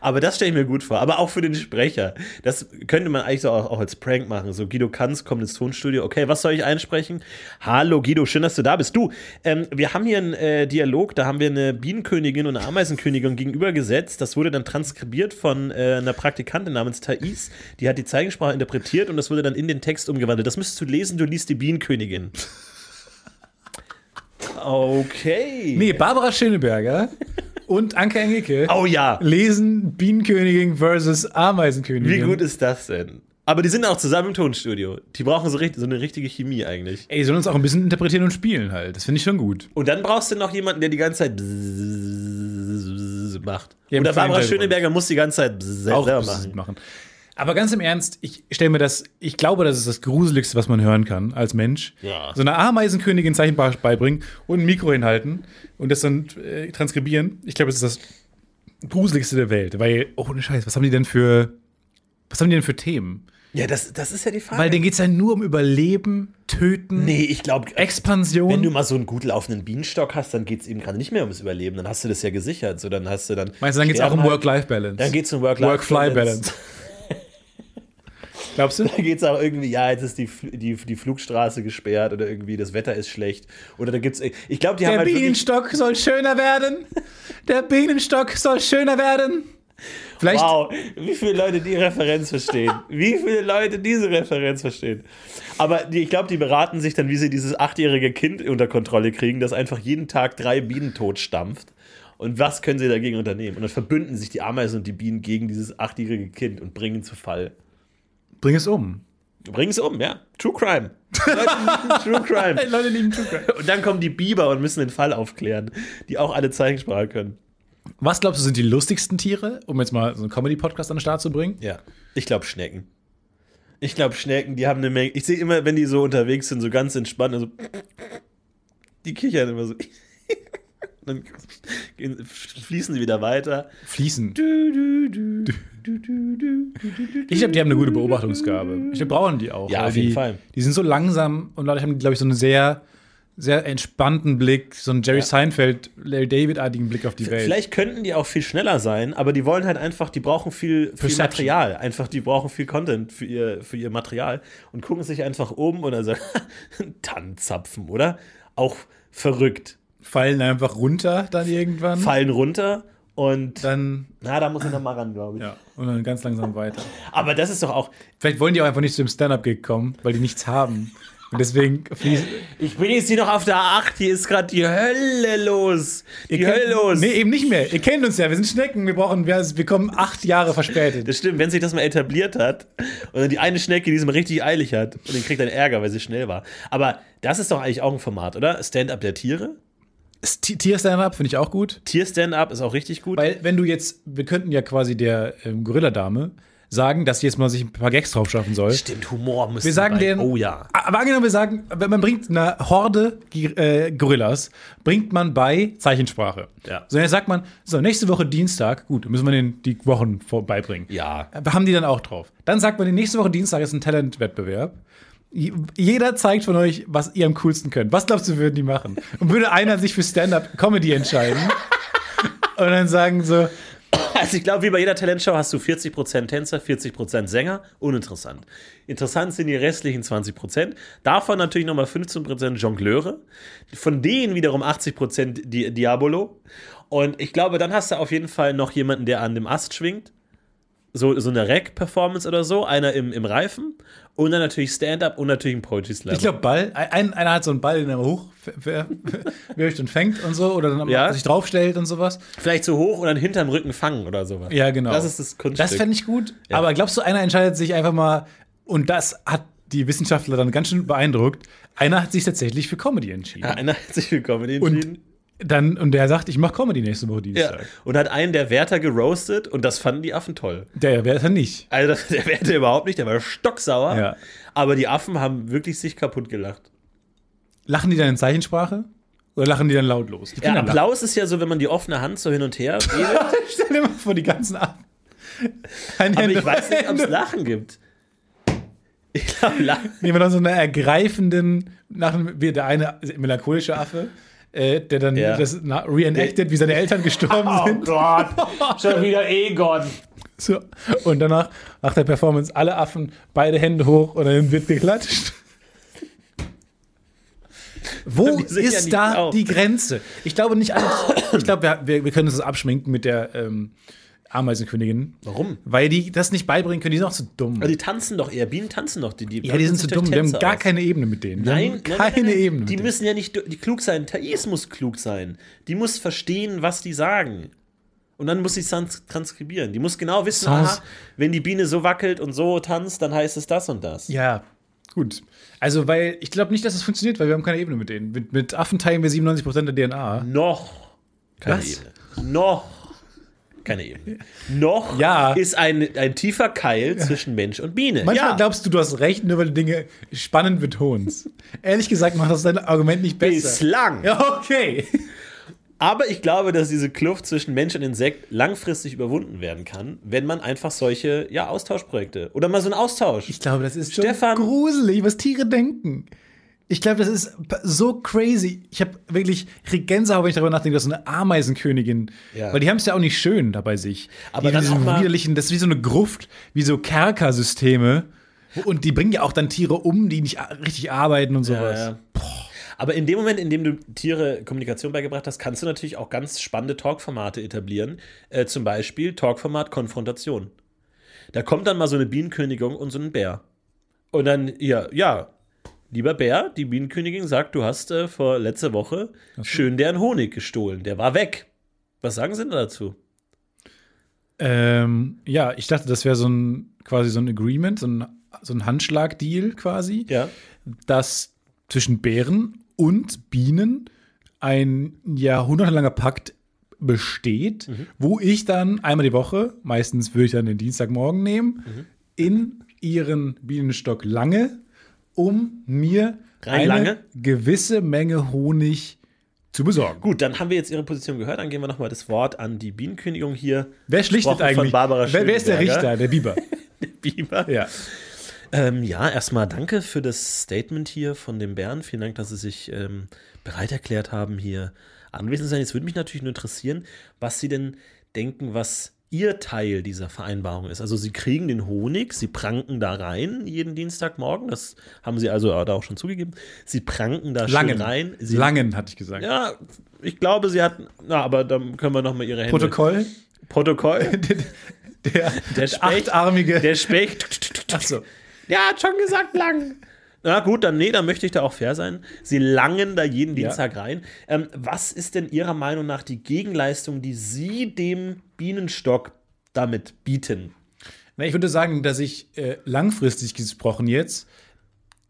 S4: Aber das stelle ich mir gut vor. Aber auch für den Sprecher. Das könnte man eigentlich so auch, auch als Prank machen. So, Guido Kanz kommt ins Tonstudio. Okay, was soll ich einsprechen? Hallo Guido, schön, dass du da bist. Du, ähm, wir haben hier einen äh, Dialog, da haben wir eine Bienenkönigin und eine Ameisenkönigin gegenübergesetzt. Das wurde dann transkribiert von äh, einer Praktikantin namens Thais. Die hat die Zeichensprache interpretiert und das wurde dann in den Text umgewandelt. Das müsstest du lesen, du liest die Bienenkönigin. Okay.
S2: Nee, Barbara Schöneberger und Anke Engelke
S4: Oh ja.
S2: lesen Bienenkönigin versus Ameisenkönigin.
S4: Wie gut ist das denn? Aber die sind auch zusammen im Tonstudio. Die brauchen so, richt- so eine richtige Chemie eigentlich.
S2: Ey, die sollen uns auch ein bisschen interpretieren und spielen halt. Das finde ich schon gut.
S4: Und dann brauchst du noch jemanden, der die ganze Zeit bzzz macht.
S2: Ja,
S4: Oder
S2: im kleinen
S4: Barbara
S2: Hintergrund.
S4: Schöneberger muss die ganze Zeit bzzz
S2: Auch
S4: selber
S2: bzzz
S4: machen.
S2: machen. Aber ganz im Ernst, ich stelle mir das, ich glaube, das ist das Gruseligste, was man hören kann als Mensch.
S4: Ja.
S2: So eine Ameisenkönigin Zeichenbar beibringen und ein Mikro hinhalten und das dann äh, transkribieren. Ich glaube, das ist das Gruseligste der Welt. Weil, oh, ohne Scheiß, was haben die denn für, was haben die denn für Themen?
S4: Ja, das, das ist ja die Frage.
S2: Weil denen geht es ja nur um Überleben, Töten,
S4: nee, ich glaube,
S2: Expansion.
S4: wenn du mal so einen gut laufenden Bienenstock hast, dann geht es eben gerade nicht mehr ums Überleben. Dann hast du das ja gesichert. So, dann hast du dann.
S2: Meinst du, dann geht es auch um Work-Life-Balance?
S4: halt. Dann geht's um
S2: Work-Fly-Balance.
S4: Work-Life-Balance.
S2: Glaubst du?
S4: Da geht es auch irgendwie, ja, jetzt ist die, Fl- die, die Flugstraße gesperrt oder irgendwie das Wetter ist schlecht. Oder da gibt's. Ich glaube, die haben
S2: Der
S4: halt wirklich-
S2: Bienenstock soll schöner werden. Der Bienenstock soll schöner werden. Vielleicht,
S4: Wow, wie viele Leute die Referenz verstehen. Wie viele Leute diese Referenz verstehen. Aber die, ich glaube, die beraten sich dann, wie sie dieses achtjährige Kind unter Kontrolle kriegen, das einfach jeden Tag drei Bienen totstampft. Und was können sie dagegen unternehmen? Und dann verbünden sich die Ameisen und die Bienen gegen dieses achtjährige Kind und bringen ihn zu Fall.
S2: bring es um.
S4: Bringen es um, ja. True Crime. Leute, True Crime.
S2: Leute lieben Zucker.
S4: Und dann kommen die Biber und müssen den Fall aufklären, die auch alle Zeichensprache können.
S2: Was glaubst du, sind die lustigsten Tiere, um jetzt mal so einen Comedy-Podcast an den Start zu bringen?
S4: Ja. Ich glaube Schnecken. Ich glaube Schnecken, die haben eine Menge. Ich sehe immer, wenn die so unterwegs sind, so ganz entspannt, also die kichern immer so. Dann gehen- fließen sie wieder weiter.
S2: Fließen. Ich glaube, die haben eine gute Beobachtungsgabe. Ich glaube, brauchen die auch.
S4: Ja,
S2: weil
S4: auf jeden
S2: die,
S4: Fall.
S2: Die sind so langsam und dadurch haben die, glaube ich, so eine sehr sehr entspannten Blick, so einen Jerry Seinfeld, Larry David-artigen Blick auf die Welt.
S4: Vielleicht könnten die auch viel schneller sein, aber die wollen halt einfach, die brauchen viel, viel
S2: Perception.
S4: Material. Einfach, die brauchen viel Content für ihr, für ihr Material und gucken sich einfach um und dann sagen, Tannenzapfen, oder? Auch verrückt.
S2: Fallen einfach runter dann irgendwann.
S4: Fallen runter und
S2: Dann,
S4: na, da muss ich noch mal ran, glaube ich.
S2: ja, und dann ganz langsam weiter.
S4: Aber das ist doch auch,
S2: Vielleicht wollen die auch einfach nicht zu dem Stand-Up-Gig kommen, weil die nichts haben. Und deswegen fließt.
S4: ich bin jetzt hier noch auf der A8, hier ist gerade die Hölle los. Die Hölle los.
S2: Nee, eben nicht mehr. Ihr kennt uns ja, wir sind Schnecken, wir brauchen, wir, also wir kommen acht Jahre verspätet.
S4: Das stimmt, wenn sich das mal etabliert hat und dann die eine Schnecke, die es mal richtig eilig hat und den kriegt dann Ärger, weil sie schnell war. Aber das ist doch eigentlich auch ein Format, oder? Stand-up der Tiere.
S2: Das T- Tier-Stand-Up finde ich auch gut.
S4: Tier-Stand-up ist auch richtig gut.
S2: Weil, wenn du jetzt, wir könnten ja quasi der ähm, Gorilla-Dame sagen, dass sie jetzt mal sich ein paar Gags drauf schaffen soll.
S4: stimmt, Humor müssen
S2: Wir sagen
S4: rein.
S2: denen,
S4: Oh ja.
S2: Aber angenommen, wir sagen, wenn man bringt eine Horde Gi- äh, Gorillas, bringt man bei Zeichensprache.
S4: Ja.
S2: So, jetzt sagt man, so, nächste Woche Dienstag, gut, müssen wir den die Wochen vorbeibringen.
S4: Ja.
S2: Aber Haben die dann auch drauf. Dann sagt man, die nächste Woche Dienstag ist ein Talentwettbewerb. J- Jeder zeigt von euch, was ihr am coolsten könnt. Was glaubst du, würden die machen? Und würde einer sich für Stand-Up-Comedy entscheiden? und dann sagen so,
S4: Also ich glaube, wie bei jeder Talentshow hast du 40% Tänzer, 40% Sänger. Uninteressant. Interessant sind die restlichen 20%. Davon natürlich nochmal 15% Jongleure. Von denen wiederum 80% Di Diabolo. Und ich glaube, dann hast du auf jeden Fall noch jemanden, der an dem Ast schwingt. So, so eine Rack-Performance oder so. Einer im, im Reifen. Und dann natürlich Stand-Up und natürlich ein Poetry Slam.
S2: Ich glaube, Ball. Ein, einer hat so einen Ball, den er hoch wer- wirft und fängt und so. Oder dann
S4: Ja.
S2: sich draufstellt und sowas.
S4: Vielleicht so hoch und dann hinterm Rücken fangen oder sowas.
S2: Ja, genau.
S4: Das ist das Kunststück.
S2: Das fände ich gut. Aber glaubst du, einer entscheidet sich einfach mal, und das hat die Wissenschaftler dann ganz schön beeindruckt, einer hat sich tatsächlich für Comedy entschieden.
S4: ja, einer hat sich willkommen entschieden.
S2: und, dann, und der sagt, ich mache Comedy nächste Woche
S4: Ja.
S2: Dienstag.
S4: Und hat einen der Wärter geroastet und das fanden die Affen toll.
S2: Der wäre es ja nicht.
S4: Also das, der Wärter überhaupt nicht, der war stocksauer.
S2: Ja.
S4: Aber die Affen haben wirklich sich kaputt gelacht.
S2: Lachen die dann in Zeichensprache? Oder lachen die dann lautlos? Die
S4: Ja,
S2: Kinder lachen.
S4: Applaus ist ja so, wenn man die offene Hand so hin und her wedelt.
S2: Stell dir mal vor, die ganzen ab.
S4: aber ich weiß nicht, ob es Lachen gibt. Ich glaube, Lachen.
S2: Nehmen wir dann so einen ergreifenden, nach dem, wie der eine melancholische Affe, äh, der dann
S4: Ja. Oh
S2: das na- reenacted, wie seine Eltern gestorben sind.
S1: Gott, schon wieder Egon.
S2: So. Und danach, nach der Performance, alle Affen, beide Hände hoch und dann wird geklatscht. Wo
S4: Die sind ja
S2: ist
S4: nicht
S2: da
S4: blau.
S2: die Grenze? Ich glaube nicht alles. Ich glaube, wir- wir, wir können uns das abschminken mit der ähm, Ameisenkönigin.
S4: Warum?
S2: Weil die das nicht beibringen können, die sind auch zu dumm.
S4: Aber die tanzen doch eher. Bienen tanzen doch. Die, die
S2: ja, die sind zu
S4: sich
S2: dumm.
S4: durch
S2: Wir haben
S4: Tänze
S2: gar
S4: aus.
S2: keine Ebene mit denen. Wir
S4: Nein,
S2: haben
S4: nein,
S2: keine
S4: nein, nein, nein.
S2: Ebene mit
S4: Die
S2: denen.
S4: müssen ja nicht du- die klug sein. Thais muss klug sein. Die muss verstehen, was die sagen. Und dann muss sie es trans transkribieren. Die muss genau wissen,
S2: Sans-
S4: aha, wenn die Biene so wackelt und so tanzt, dann heißt es das und das.
S2: Ja, gut. Also, weil ich glaube nicht, dass es funktioniert, weil wir haben keine Ebene mit denen. Mit, mit Affen teilen wir 97% der DNA.
S4: Noch keine
S2: Was?
S4: Ebene. Noch keine Ebene. Noch
S2: Ja.
S4: ist ein, ein tiefer Keil zwischen Mensch und Biene.
S2: Manchmal
S4: ja.
S2: glaubst du, du hast recht, nur weil du Dinge spannend betonst. Ehrlich gesagt macht das dein Argument nicht besser.
S4: Bislang.
S2: Ja, okay.
S4: Aber ich glaube, dass diese Kluft zwischen Mensch und Insekt langfristig überwunden werden kann, wenn man einfach solche ja, Austauschprojekte oder mal so einen Austausch.
S2: Ich glaube, das ist schon
S4: Stefan-
S2: gruselig, was Tiere denken. Ich glaube, das ist so crazy. Ich habe wirklich Regenza, wenn ich darüber nachdenke, dass so eine Ameisenkönigin,
S4: Ja.
S2: weil die haben es ja auch nicht schön da bei sich.
S4: Aber
S2: die,
S4: dann
S2: diesen
S4: auch mal-
S2: widerlichen, das ist wie so eine Gruft, wie so Kerkersysteme. Und die bringen ja auch dann Tiere um, die nicht a- richtig arbeiten und sowas.
S4: Ja, ja. Aber in dem Moment, in dem du Tiere Kommunikation beigebracht hast, kannst du natürlich auch ganz spannende Talkformate etablieren. Äh, zum Beispiel Talkformat Konfrontation. Da kommt dann mal so eine Bienenkönigin und so ein Bär. Und dann, ja, ja, lieber Bär, die Bienenkönigin sagt, du hast äh, vor letzter Woche schön deren Honig gestohlen. Der war weg. Was sagen sie denn dazu?
S2: Ähm, ja, ich dachte, das wäre so ein quasi so ein Agreement, so ein, so ein Handschlag-Deal quasi.
S4: Ja.
S2: dass zwischen Bären und Bienen ein jahrhundertelanger Pakt besteht, wo ich dann einmal die Woche, meistens würde ich dann den Dienstagmorgen nehmen, in ihren Bienenstock lange, um mir
S4: Rein
S2: eine
S4: lange?
S2: gewisse Menge Honig zu besorgen.
S4: Gut, dann haben wir jetzt ihre Position gehört. Dann geben wir nochmal das Wort an die Bienenkönigin hier.
S2: Wer schlichtet
S4: Gesprochen von
S2: eigentlich?
S4: Barbara
S2: wer, wer ist der
S4: Schöneberger.
S2: Richter? Der Biber.
S4: Biber.
S2: Ja.
S4: Ähm, ja, erstmal danke für das Statement hier von dem Bern. Vielen Dank, dass Sie sich ähm, bereit erklärt haben, hier anwesend zu sein. Jetzt würde mich natürlich nur interessieren, was Sie denn denken, was Ihr Teil dieser Vereinbarung ist. Also Sie kriegen den Honig, Sie pranken da rein jeden Dienstagmorgen. Das haben Sie also da auch schon zugegeben. Sie pranken da
S5: Langen.
S4: schön rein. Sie,
S5: Langen, hatte ich gesagt.
S4: Ja, ich glaube, Sie hatten. Na, aber dann können wir nochmal Ihre Hände.
S2: Protokoll,
S4: Protokoll.
S2: der,
S4: Der Specht.
S2: achtarmige.
S4: Der Specht.
S2: ach so.
S4: Ja, hat schon gesagt, lang. Na gut, dann nee, dann möchte ich da auch fair sein. Sie langen da jeden Dienstag rein. Ähm, was ist denn Ihrer Meinung nach die Gegenleistung, die Sie dem Bienenstock damit bieten?
S2: Na, ich würde sagen, dass ich äh, langfristig gesprochen jetzt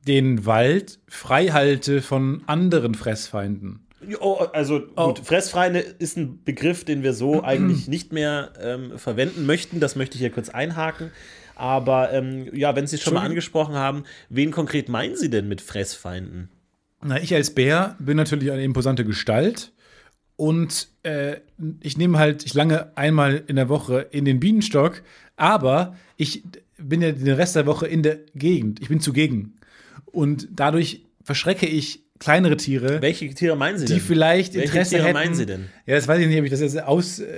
S2: den Wald frei halte von anderen Fressfeinden.
S4: Oh, also gut, Fressfreie ist ein Begriff, den wir so eigentlich nicht mehr ähm, verwenden möchten. Das möchte ich hier kurz einhaken. Aber ähm, ja, wenn Sie es schon mal angesprochen haben, wen konkret meinen Sie denn mit Fressfeinden?
S2: Na, ich als Bär bin natürlich eine imposante Gestalt und äh, ich nehme halt, ich lange einmal in der Woche in den Bienenstock, aber ich bin ja den Rest der Woche in der Gegend. Ich bin zugegen. Und dadurch verschrecke ich kleinere Tiere.
S4: Welche Tiere meinen Sie
S2: die
S4: denn?
S2: vielleicht
S4: Welche
S2: Interesse
S4: Tiere
S2: hätten.
S4: meinen Sie denn?
S2: Ja, das weiß ich nicht, ob ich das jetzt ausführen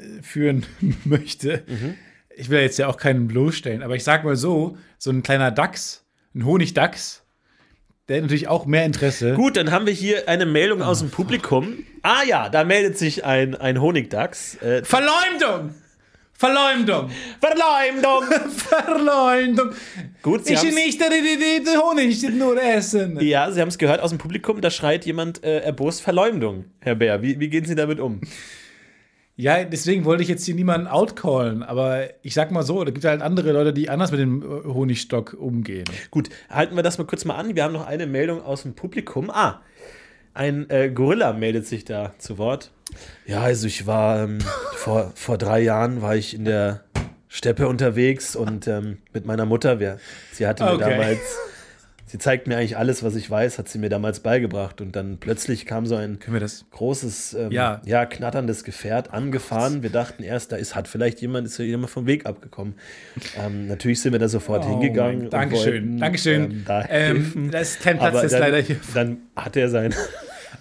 S2: möchte.
S4: Mhm.
S2: Ich will ja jetzt ja auch keinen bloßstellen, aber ich sag mal so: so ein kleiner Dachs, ein Honigdachs, der hat natürlich auch mehr Interesse.
S4: Gut, dann haben wir hier eine Meldung aus dem Publikum. Ah ja, da meldet sich ein, ein Honigdachs. Äh,
S2: Verleumdung! Verleumdung!
S4: Verleumdung!
S2: Verleumdung!
S4: Gut, Sie
S2: ich
S4: haben's-
S2: nicht den Honig nur essen.
S4: Ja, Sie haben es gehört aus dem Publikum, da schreit jemand äh, erbost Verleumdung, Herr Bär. Wie, wie gehen Sie damit um?
S2: Ja, deswegen wollte ich jetzt hier niemanden outcallen, aber ich sag mal so: da gibt halt andere Leute, die anders mit dem äh, Honigstock umgehen.
S4: Gut, halten wir das mal kurz mal an. Wir haben noch eine Meldung aus dem Publikum. Ah, ein äh, Gorilla meldet sich da zu Wort. Ja, also ich war ähm, vor, vor drei Jahren war ich in der Steppe unterwegs und ähm, mit meiner Mutter. Wir, sie hatte mir
S2: Okay.
S4: damals, sie zeigt mir eigentlich alles, was ich weiß, hat sie mir damals beigebracht. Und dann plötzlich kam so ein
S2: Können wir das?
S4: großes, ähm, ja.
S2: Ja. Oh
S4: knatterndes Gefährt angefahren. Wir dachten erst, da ist, hat vielleicht jemand, ist jemand vom Weg abgekommen. Ähm, natürlich sind wir da sofort
S2: Oh
S4: hingegangen.
S2: mein-
S4: und
S2: Dankeschön,
S4: wollten,
S2: Dankeschön.
S4: Ähm, da
S2: Ähm,
S4: helfen.
S2: da ist kein Platz
S4: Aber
S2: jetzt
S4: dann,
S2: leider hier.
S4: Dann hat er sein.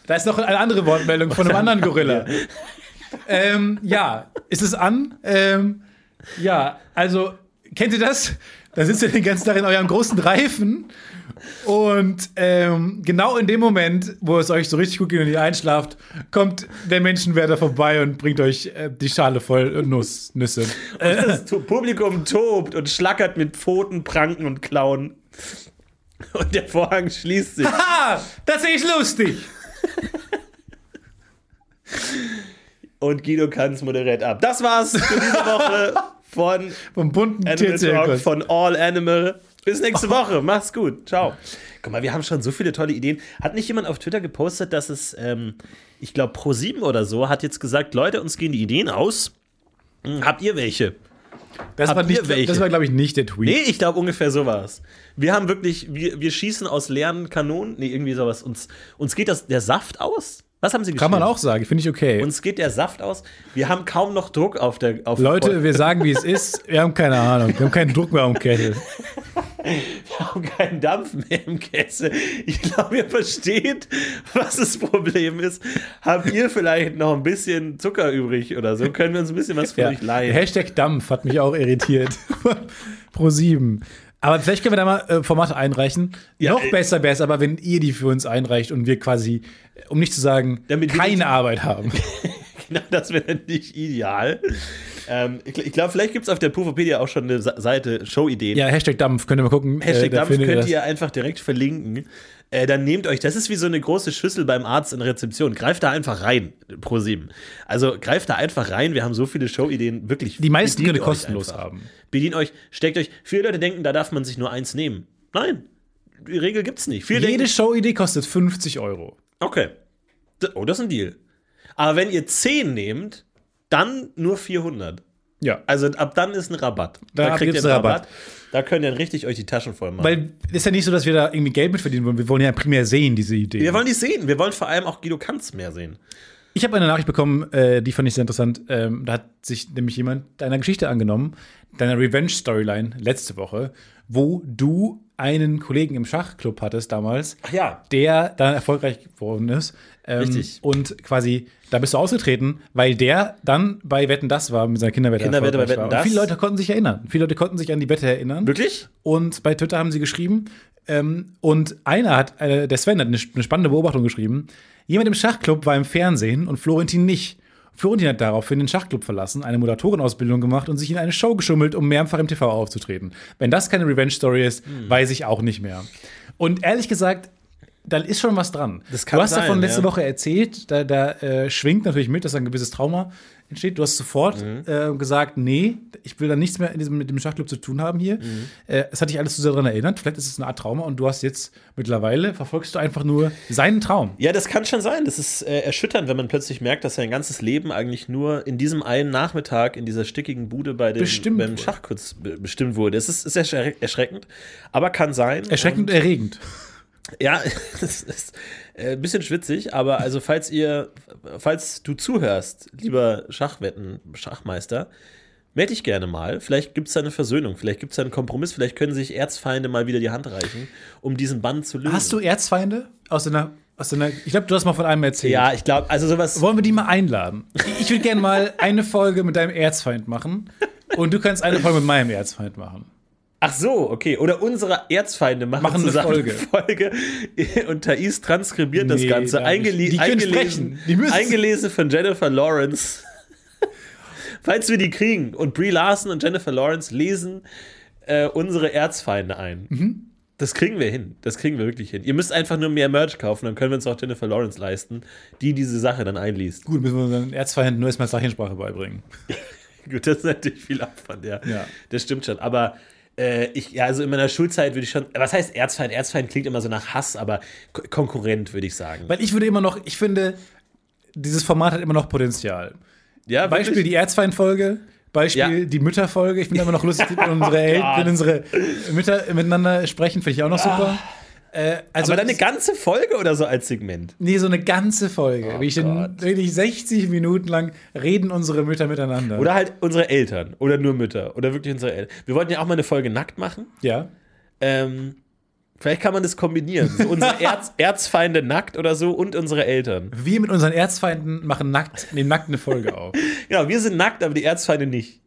S2: Da ist noch eine andere Wortmeldung von einem anderen Gorilla. ähm, ja, ist es an? Ähm, ja, also kennt ihr das? Da sitzt ihr den ganzen Tag in eurem großen Reifen und ähm, genau in dem Moment, wo es euch so richtig gut geht und ihr einschlaft, kommt der Menschenwärter vorbei und bringt euch äh, die Schale voll Nuss, Nüsse.
S4: Das Tu- Publikum tobt und schlackert mit Pfoten, Pranken und Klauen. Und der Vorhang schließt sich.
S2: Ah, das ist lustig.
S4: Und Guido Kanz moderiert ab. Das war's für diese Woche von
S2: Vom bunten
S4: Animal Talk
S2: Tierzirkus.
S4: von All Animal. Bis nächste
S2: Oh.
S4: Woche. Mach's gut. Ciao. Guck mal, wir haben schon so viele tolle Ideen. Hat nicht jemand auf Twitter gepostet, dass es, ähm, ich glaube, Pro7 oder so hat jetzt gesagt, Leute, uns gehen die Ideen aus. Hm, Habt ihr welche?
S2: Das
S4: Habt
S2: war,
S4: ihr
S2: nicht,
S4: welche?
S2: das war, glaube ich, nicht der Tweet.
S4: Nee, ich glaube ungefähr so war's. Wir haben wirklich, wir, wir schießen aus leeren Kanonen. Nee, irgendwie sowas. Uns, uns geht das, der Saft aus? Was haben sie geschrieben?
S2: Kann man auch sagen, finde ich okay.
S4: Uns geht der Saft aus. Wir haben kaum noch Druck auf der auf
S2: Leute, wir sagen, wie es ist. Wir haben keine Ahnung. Wir haben keinen Druck mehr am Kessel.
S4: haben keinen Dampf mehr im Kessel. Ich glaube, ihr versteht, was das Problem ist. Habt ihr vielleicht noch ein bisschen Zucker übrig oder so? Können wir uns ein bisschen was für
S2: Ja.
S4: euch leihen?
S2: Hashtag Dampf hat mich auch irritiert. Pro 7. Aber vielleicht können wir da mal äh, Formate einreichen. Noch
S4: ey.
S2: besser wäre es aber, wenn ihr die für uns einreicht und wir quasi, äh, um nicht zu sagen,
S4: Damit wir nicht-
S2: keine Arbeit haben.
S4: Genau, das wäre natürlich ideal. Ähm, ich gl- ich glaube, vielleicht gibt es auf der Pufopedia auch schon eine Sa- Seite Showideen.
S2: ja, Hashtag Dampf, könnt ihr mal gucken. äh,
S4: Hashtag
S2: da
S4: Dampf
S2: findet
S4: könnt
S2: das.
S4: ihr einfach direkt verlinken. Äh, dann nehmt euch, das ist wie so eine große Schüssel beim Arzt in Rezeption. Greift da einfach rein, pro sieben. Also greift da einfach rein. Wir haben so viele Showideen, wirklich.
S2: Die meisten
S4: Bedient
S2: könnt ihr
S4: euch
S2: kostenlos haben.
S4: Bedient euch, steckt euch. Viele Leute denken, da darf man sich nur eins nehmen. Nein, die Regel gibt's nicht. Viele
S2: Jede
S4: denken,
S2: Showidee kostet 50 Euro.
S4: okay, D- oh, das ist ein Deal. Aber wenn ihr 10 nehmt, dann nur 400.
S2: Ja.
S4: Also ab dann ist ein Rabatt.
S2: Da gibt's einen Rabatt.
S4: Da könnt ihr dann richtig euch die Taschen voll machen.
S2: Weil ist ja nicht so, dass wir da irgendwie Geld mit verdienen wollen. Wir wollen ja primär sehen, diese Idee.
S4: Wir wollen die sehen. Wir wollen vor allem auch Guido Kanz mehr sehen.
S2: Ich habe eine Nachricht bekommen, äh, die fand ich sehr interessant. Ähm, da hat sich nämlich jemand deiner Geschichte angenommen, deiner Revenge-Storyline letzte Woche, wo du einen Kollegen im Schachclub hattest damals,
S4: Ach ja.
S2: der dann erfolgreich geworden ist. Ähm,
S4: Richtig.
S2: Und quasi, da bist du ausgetreten, weil der dann bei Wetten das war mit seiner Kinderwette.
S4: Kinderwette bei
S2: erfolgreich
S4: Wetten
S2: war. Und
S4: Das.
S2: Viele Leute konnten sich erinnern. Viele Leute konnten sich an die Wette erinnern.
S4: Wirklich?
S2: Und bei Twitter haben sie geschrieben, ähm, und einer hat, äh, der Sven hat eine, eine spannende Beobachtung geschrieben. Jemand im Schachclub war im Fernsehen und Florentin nicht. Florentin hat daraufhin den Schachclub verlassen, eine Moderatorenausbildung gemacht und sich in eine Show geschummelt, um mehrfach im TV aufzutreten. Wenn das keine Revenge-Story ist,
S4: Hm.
S2: weiß ich auch nicht mehr. Und ehrlich gesagt, da ist schon was dran.
S4: Das kann
S2: du hast
S4: sein,
S2: davon letzte
S4: ja.
S2: Woche erzählt, da, da äh, schwingt natürlich mit, dass da ein gewisses Trauma entsteht. Du hast sofort
S4: Mhm.
S2: äh, gesagt, nee, ich will da nichts mehr in diesem, mit dem Schachclub zu tun haben hier.
S4: Mhm.
S2: Äh, es hat dich alles zu sehr daran erinnert. Vielleicht ist es eine Art Trauma und du hast jetzt mittlerweile, verfolgst du einfach nur seinen Traum.
S4: Ja, das kann schon sein. Das ist äh, erschütternd, wenn man plötzlich merkt, dass sein ganzes Leben eigentlich nur in diesem einen Nachmittag in dieser stickigen Bude bei dem,
S2: Bestimmt
S4: beim
S2: wurde.
S4: Schachkurs be bestimmt wurde. Es ist, ist erschre- erschreckend, aber kann sein.
S2: Erschreckend äh. und erregend.
S4: Ja, das ist äh, ein bisschen schwitzig, aber also falls ihr, falls du zuhörst, lieber Schachwetten, Schachmeister, melde dich gerne mal. Vielleicht gibt es eine Versöhnung, vielleicht gibt es einen Kompromiss, vielleicht können sich Erzfeinde mal wieder die Hand reichen, um diesen Bann zu lösen.
S2: Hast du Erzfeinde aus deiner, aus deiner ich glaube, du hast mal von einem erzählt.
S4: Ja, ich glaube, also sowas.
S2: Wollen wir die mal einladen? Ich- Ich würde gerne mal eine Folge mit deinem Erzfeind machen und du kannst eine Folge mit meinem Erzfeind machen.
S4: Ach so, okay. Oder unsere Erzfeinde machen,
S2: Machen eine
S4: zusammen
S2: Folge.
S4: Folge. Und Thais transkribiert das
S2: Nee,
S4: Ganze.
S2: da nicht.
S4: Eingele
S2: Die können
S4: eingelesen,
S2: sprechen. Die müssen-
S4: eingelesen von Jennifer Lawrence. Falls wir die kriegen und Brie Larson und Jennifer Lawrence lesen äh, unsere Erzfeinde ein.
S2: Mhm.
S4: Das kriegen wir hin. Das kriegen wir wirklich hin. Ihr müsst einfach nur mehr Merch kaufen, dann können wir uns auch Jennifer Lawrence leisten, die diese Sache dann einliest.
S2: Gut, müssen wir unseren Erzfeinden nur erstmal Zeichensprache beibringen.
S4: Gut, das ist natürlich viel Abwand, ja.
S2: Ja.
S4: Das stimmt schon. Aber äh, ich, ja, also in meiner Schulzeit würde ich schon. Was heißt Erzfeind? Erzfeind klingt immer so nach Hass, aber Ko- Konkurrent würde ich sagen.
S2: Weil ich würde immer noch, ich finde, dieses Format hat immer noch Potenzial.
S4: Ja,
S2: Beispiel
S4: wirklich.
S2: die Erzfeindfolge, Beispiel
S4: Ja. Oh
S2: die Mütterfolge. Ich finde immer noch lustig, wenn unsere, Eltern, wenn unsere Mütter miteinander sprechen, finde ich auch noch super. Äh, also
S4: Ah. aber dann eine ganze Folge oder so als Segment.
S2: nee, so eine ganze
S4: Oh
S2: Folge. wie ich dann wirklich 60 Minuten lang reden unsere Mütter miteinander.
S4: Oder halt unsere Eltern oder nur Mütter oder wirklich unsere Eltern. Wir wollten ja auch mal eine Folge nackt machen.
S2: Ja.
S4: Ähm, vielleicht kann man das kombinieren. So unsere Erz, Erzfeinde nackt oder so und unsere Eltern.
S2: Wir mit unseren Erzfeinden machen nackt, nehmen nackt eine Folge auf.
S4: Genau, wir sind nackt, aber die Erzfeinde nicht.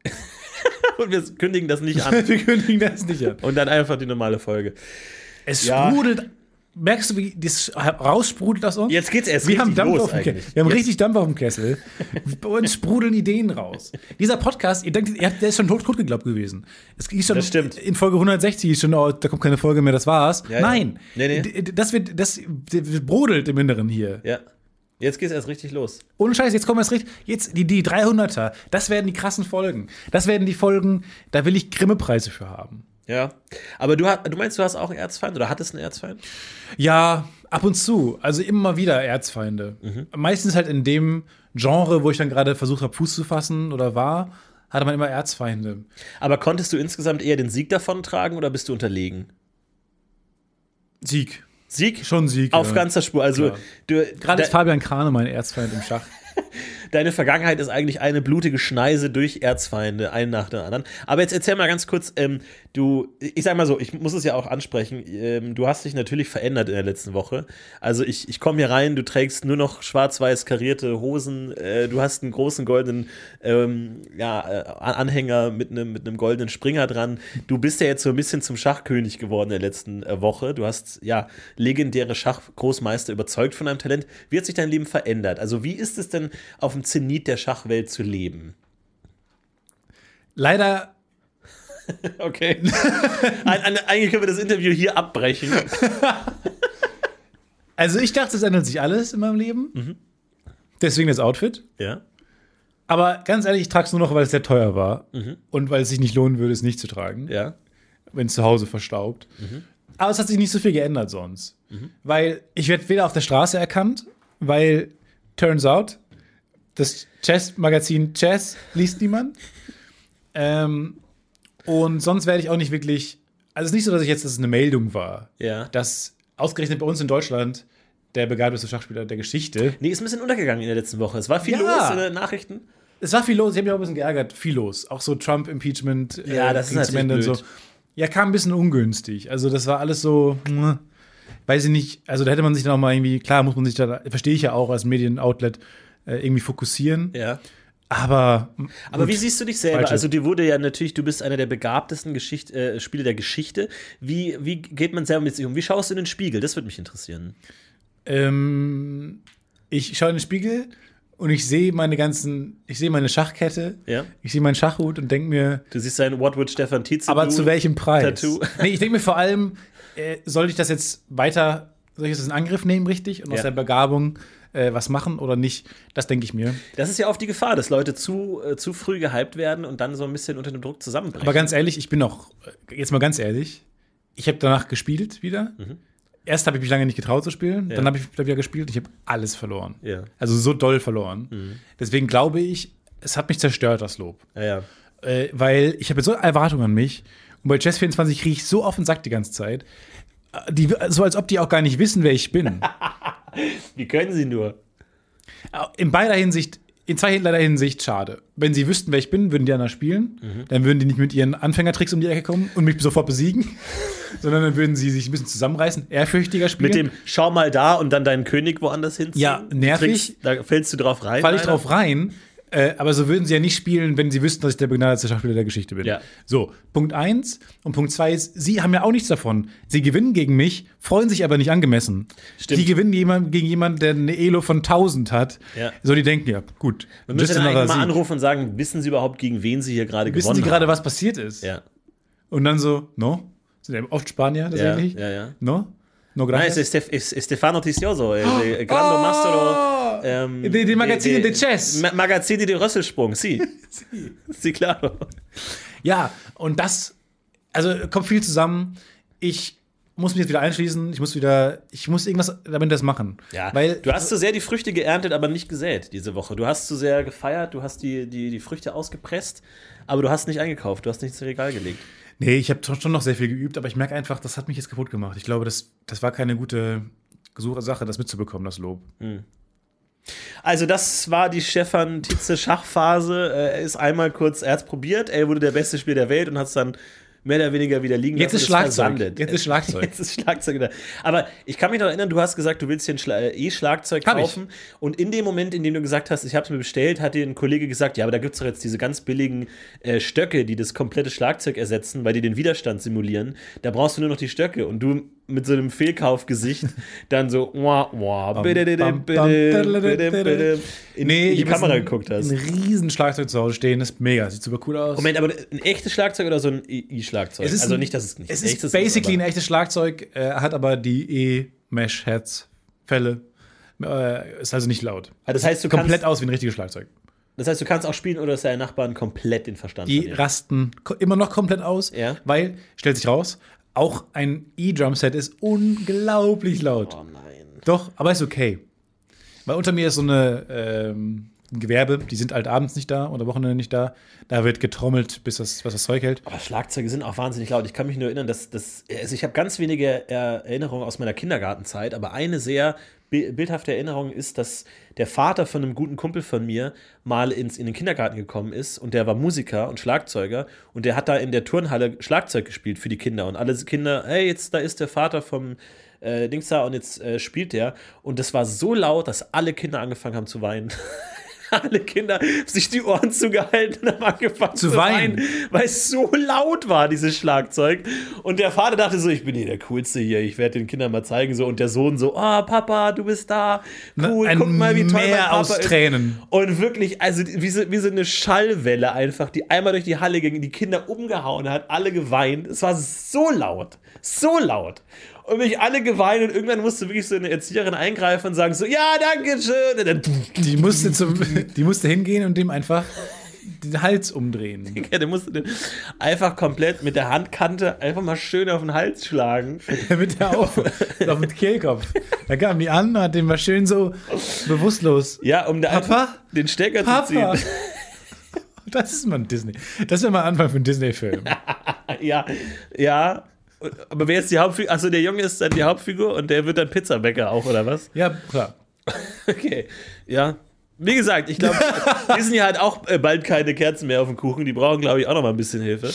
S4: und wir kündigen das nicht an.
S2: Wir kündigen das nicht an.
S4: Und dann einfach die normale Folge.
S2: Es
S4: Ja.
S2: sprudelt. Merkst du, wie das raussprudelt aus uns?
S4: Jetzt geht's erst
S2: wir haben
S4: richtig
S2: Dampf
S4: los
S2: auf dem Kessel.
S4: eigentlich.
S2: Wir haben
S4: Jetzt-
S2: richtig Dampf auf dem Kessel. Bei uns sprudeln Ideen raus. Dieser Podcast, ihr denkt, ihr habt, der ist schon tot, tot geglaubt gewesen. Es hieß schon
S4: Das stimmt.
S2: in Folge 160 hieß schon, oh, da kommt keine Folge mehr, das war's.
S4: Ja, ja.
S2: Nein.
S4: Nee, nee.
S2: D- d- Das wird, das d- brodelt im Inneren hier.
S4: Ja. Jetzt geht's erst richtig los.
S2: Ohne Scheiß, jetzt kommen wir erst richtig. Jetzt die, die 300er, das werden die krassen Folgen. Das werden die Folgen, da will ich Grimme-Preise für haben.
S4: Ja. Aber du, hast- du meinst, du hast auch einen Erzfeind oder hattest einen Erzfeind?
S2: Ja, ab und zu. Also immer mal wieder Erzfeinde. Meistens halt in dem Genre, wo ich dann gerade versucht habe, Fuß zu fassen oder war, hatte man immer Erzfeinde.
S4: Aber konntest du insgesamt eher den Sieg davontragen oder bist du unterlegen?
S2: Sieg.
S4: Sieg?
S2: Schon Sieg.
S4: Auf
S2: ja.
S4: ganzer Spur. Also,
S2: Klar.
S4: du,
S2: Gerade
S4: de
S2: ist Fabian Krane mein Erzfeind im Schach.
S4: deine Vergangenheit ist eigentlich eine blutige Schneise durch Erzfeinde, einen nach dem anderen. Aber jetzt erzähl mal ganz kurz, ähm, du, ich sag mal so, ich muss es ja auch ansprechen, ähm, du hast dich natürlich verändert in der letzten Woche. Also ich, ich komme hier rein, du trägst nur noch schwarz-weiß karierte Hosen, äh, du hast einen großen goldenen ähm, ja, äh, Anhänger mit einem mit einem goldenen Springer dran. Du bist ja jetzt so ein bisschen zum Schachkönig geworden in der letzten äh, Woche. Du hast ja legendäre Schachgroßmeister überzeugt von deinem Talent. Wie hat sich dein Leben verändert? Also, wie ist es denn, auf dem Zenit der Schachwelt zu leben?
S2: Leider,
S4: Okay. ein, ein, eigentlich können wir das Interview hier abbrechen.
S2: also ich dachte, es ändert sich alles in meinem Leben. Deswegen das Outfit.
S4: ja.
S2: Aber ganz ehrlich, ich trage es nur noch, weil es sehr teuer war und weil es sich nicht lohnen würde, es nicht zu tragen.
S4: Ja.
S2: wenn es zu Hause verstaubt. Aber es hat sich nicht so viel geändert sonst. Weil ich werde weder auf der Straße erkannt, weil turns out, das Chess-Magazin Chess liest niemand. ähm, und sonst werde ich auch nicht wirklich. Also es ist nicht so, dass ich jetzt, dass es eine Meldung war,
S4: Ja.
S2: dass ausgerechnet bei uns in Deutschland der begabteste Schachspieler der Geschichte.
S4: Nee, ist ein bisschen untergegangen in der letzten Woche. Es war viel
S2: Ja.
S4: los in den Nachrichten.
S2: Es war viel los, ich habe mich auch ein bisschen geärgert. Viel los. Auch so Trump-Impeachment.
S4: Ja, das ist
S2: ging zum
S4: natürlich
S2: Ende und
S4: blöd.
S2: so. Ja, kam ein bisschen ungünstig. Also, das war alles so. mh, Weiß ich nicht. Also, da hätte man sich dann auch mal irgendwie. Klar, muss man sich da. Verstehe ich ja auch als Medienoutlet äh, irgendwie fokussieren.
S4: Ja.
S2: Aber.
S4: Aber wie siehst du dich selber?
S2: Falsche.
S4: Also, dir wurde ja natürlich, du bist einer der begabtesten Geschicht, äh, Spiele der Geschichte. Wie, wie geht man selber mit sich um? Wie schaust du in den Spiegel? Das würde mich interessieren.
S2: Ähm, ich schaue in den Spiegel und ich sehe meine ganzen. Ich sehe meine Schachkette.
S4: Ja.
S2: Ich sehe meinen Schachhut und denke mir.
S4: Du siehst sein What would Stefan Tietze
S2: Aber
S4: do?
S2: zu welchem Preis?
S4: Tattoo.
S2: Nee, ich denke mir vor allem, äh, sollte ich das jetzt weiter, soll ich das in Angriff nehmen, richtig? Und aus
S4: Ja.
S2: der Begabung äh, was machen oder nicht? Das denke ich mir.
S4: Das ist ja oft die Gefahr, dass Leute zu, äh, zu früh gehypt werden und dann so ein bisschen unter dem Druck zusammenbrechen.
S2: Aber ganz ehrlich, ich bin auch, äh, jetzt mal ganz ehrlich, ich habe danach gespielt wieder.
S4: Mhm.
S2: Erst habe ich mich lange nicht getraut zu spielen, dann habe ich wieder wieder gespielt und ich habe alles verloren.
S4: Ja. Mhm.
S2: Also so doll verloren. Deswegen glaube ich, es hat mich zerstört, das Lob.
S4: ja, ja.
S2: äh, weil ich habe so eine Erwartung an mich. Und bei Chess24 kriege ich so auf den Sack die ganze Zeit. Äh, Die, so als ob die auch gar nicht wissen, wer ich bin.
S4: Wie können sie nur?
S2: Äh, in beider Hinsicht, in zweierlei Hinsicht schade. Wenn sie wüssten, wer ich bin, würden die anders spielen.
S4: Mhm.
S2: Dann würden die nicht mit ihren Anfängertricks um die Ecke kommen und mich sofort besiegen. sondern dann würden sie sich ein bisschen zusammenreißen, ehrfürchtiger spielen.
S4: Mit dem Schau mal da und dann deinen König woanders hinziehen.
S2: Ja, nervig.
S4: Kriegst- Da fällst du drauf rein.
S2: falle ich
S4: leider.
S2: drauf rein. Äh, aber so würden sie ja nicht spielen, wenn sie wüssten, dass ich der begnadetste Schachspieler der Geschichte bin.
S4: Ja.
S2: So, Punkt eins Und Punkt zwei ist, sie haben ja auch nichts davon. Sie gewinnen gegen mich, freuen sich aber nicht angemessen.
S4: Stimmt.
S2: Die gewinnen jemand, gegen jemanden, der eine Elo von 1000 hat.
S4: Ja.
S2: So, die denken ja, gut.
S4: Wir müssen dann eigentlich mal
S2: Sieg.
S4: anrufen und sagen, wissen sie überhaupt, gegen wen sie hier gerade gewonnen
S2: Wissen sie gerade,
S4: haben?
S2: was passiert ist?
S4: Ja.
S2: Und dann so, no? Sind ja oft Spanier tatsächlich.
S4: ja, ja.
S2: No? No,
S4: Nein,
S2: gracias.
S4: es ist Estef- es ist Stefano Tizioso, el
S2: Oh!
S4: el Grande Mastro. Ähm,
S2: De- de Magazzino de Chess.
S4: Ma Magazzini de Rösselsprung, si. si, claro.
S2: Ja, und das, also kommt viel zusammen. Ich muss mich jetzt wieder einschließen. Ich muss wieder, ich muss irgendwas damit das machen.
S4: Ja,
S2: Weil,
S4: du hast zu sehr die Früchte geerntet, aber nicht gesät diese Woche. Du hast zu sehr gefeiert, du hast die, die, die Früchte ausgepresst, aber du hast nicht eingekauft, du hast nichts ins Regal gelegt.
S2: nee, ich habe schon noch sehr viel geübt, aber ich merke einfach, das hat mich jetzt kaputt gemacht. Ich glaube, das, das war keine gute Suche- Sache, das mitzubekommen, das Lob.
S4: Also, das war die Stefan Tietze Schachphase. Äh, Er ist einmal kurz, er hat's probiert, er wurde der beste Spieler der Welt und hat es dann mehr oder weniger wieder liegen
S2: Jetzt
S4: lassen.
S2: ist
S4: und
S2: Schlagzeug.
S4: versandet.
S2: Jetzt ist Schlagzeug.
S4: Jetzt ist Schlagzeug da. Aber ich kann mich noch erinnern, du hast gesagt, du willst dir ein Schla- äh, E-Schlagzeug
S2: Hab ich.
S4: kaufen. Und in dem Moment, in dem du gesagt hast, ich habe es mir bestellt, hat dir ein Kollege gesagt, ja, aber da gibt es doch jetzt diese ganz billigen äh, Stöcke, die das komplette Schlagzeug ersetzen, weil die den Widerstand simulieren. Da brauchst du nur noch die Stöcke. Und du mit so einem Fehlkaufgesicht dann so, wah, wah, bitte, bitte,
S2: bam, bam,
S4: bitte, bitte,
S2: tadadadadada.
S4: bitte, in, in die
S2: ich hab
S4: Kamera
S2: jetzt ein-
S4: geguckt hast.
S2: Ein riesen Schlagzeug zu Hause stehen, das ist mega, sieht super cool aus.
S4: Moment, aber ein echtes Schlagzeug oder so ein I-Schlagzeug?
S2: Es ist
S4: Also
S2: ein-
S4: nicht, dass es nicht
S2: Es
S4: echtes
S2: ist basically ein
S4: aber-
S2: echtes Schlagzeug, äh, hat aber die E-Mesh-Heads-Fälle. Äh, ist also nicht laut.
S4: Ah, Das heißt, du
S2: Komplett
S4: kannst,
S2: aus wie ein richtiges Schlagzeug.
S4: das heißt, du kannst auch spielen, oder dass deine Nachbarn komplett den Verstand
S2: die
S4: verlieren.
S2: rasten ko- immer noch komplett aus,
S4: Ja.
S2: weil, stellt sich raus, auch ein E-Drum-Set ist unglaublich laut.
S4: Oh nein.
S2: Doch, aber ist okay. Weil unter mir ist so eine ähm, ein Gewerbe, die sind halt abends nicht da oder Wochenende nicht da. Da wird getrommelt, bis das, was das Zeug hält.
S4: Aber Schlagzeuge sind auch wahnsinnig laut. Ich kann mich nur erinnern, dass das. Also ich habe ganz wenige äh, Erinnerungen aus meiner Kindergartenzeit, aber eine sehr bi- bildhafte Erinnerung ist, dass der Vater von einem guten Kumpel von mir mal ins, in den Kindergarten gekommen ist und der war Musiker und Schlagzeuger und der hat da in der Turnhalle Schlagzeug gespielt für die Kinder und alle Kinder, hey, jetzt da ist der Vater vom äh, Dings da und jetzt äh, spielt der und das war so laut, dass alle Kinder angefangen haben zu weinen. alle Kinder sich die Ohren zugehalten und haben angefangen zu,
S2: Zu weinen.
S4: weinen, weil es so laut war, dieses Schlagzeug. Und der Vater dachte so, ich bin hier der Coolste hier, ich werde den Kindern mal zeigen. So. Und der Sohn so, ah, Papa, du bist da, cool,
S2: ein
S4: guck mal, wie toll mein
S2: Meer
S4: Papa
S2: aus
S4: ist.
S2: Tränen.
S4: Und wirklich, also wie so, wie so eine Schallwelle einfach, die einmal durch die Halle ging, die Kinder umgehauen hat, alle geweint. Es war so laut, so laut. Und mich alle geweint und irgendwann musste wirklich so eine Erzieherin eingreifen und sagen so, ja, danke schön. Und dann
S2: Die musste, zum, die musste hingehen und dem einfach den Hals umdrehen.
S4: Ja, der musste den einfach komplett mit der Handkante einfach mal schön auf den Hals schlagen.
S2: Damit er auf, auf den Kehlkopf. Da kam die an und hat den mal schön so bewusstlos
S4: Ja, um da
S2: Papa?
S4: einfach den Stecker zu
S2: Papa.
S4: ziehen.
S2: Das ist mal ein Disney. Das wäre mal Anfang für einen Disney-Film.
S4: Ja, ja. Aber wer ist die Hauptfigur? Achso, der Junge ist dann die Hauptfigur und der wird dann Pizzabäcker auch, oder was?
S2: Ja, klar.
S4: Okay. Ja. Wie gesagt, ich glaube, Disney hat auch äh, bald keine Kerzen mehr auf dem Kuchen. Die brauchen, glaube ich, auch noch mal ein bisschen Hilfe.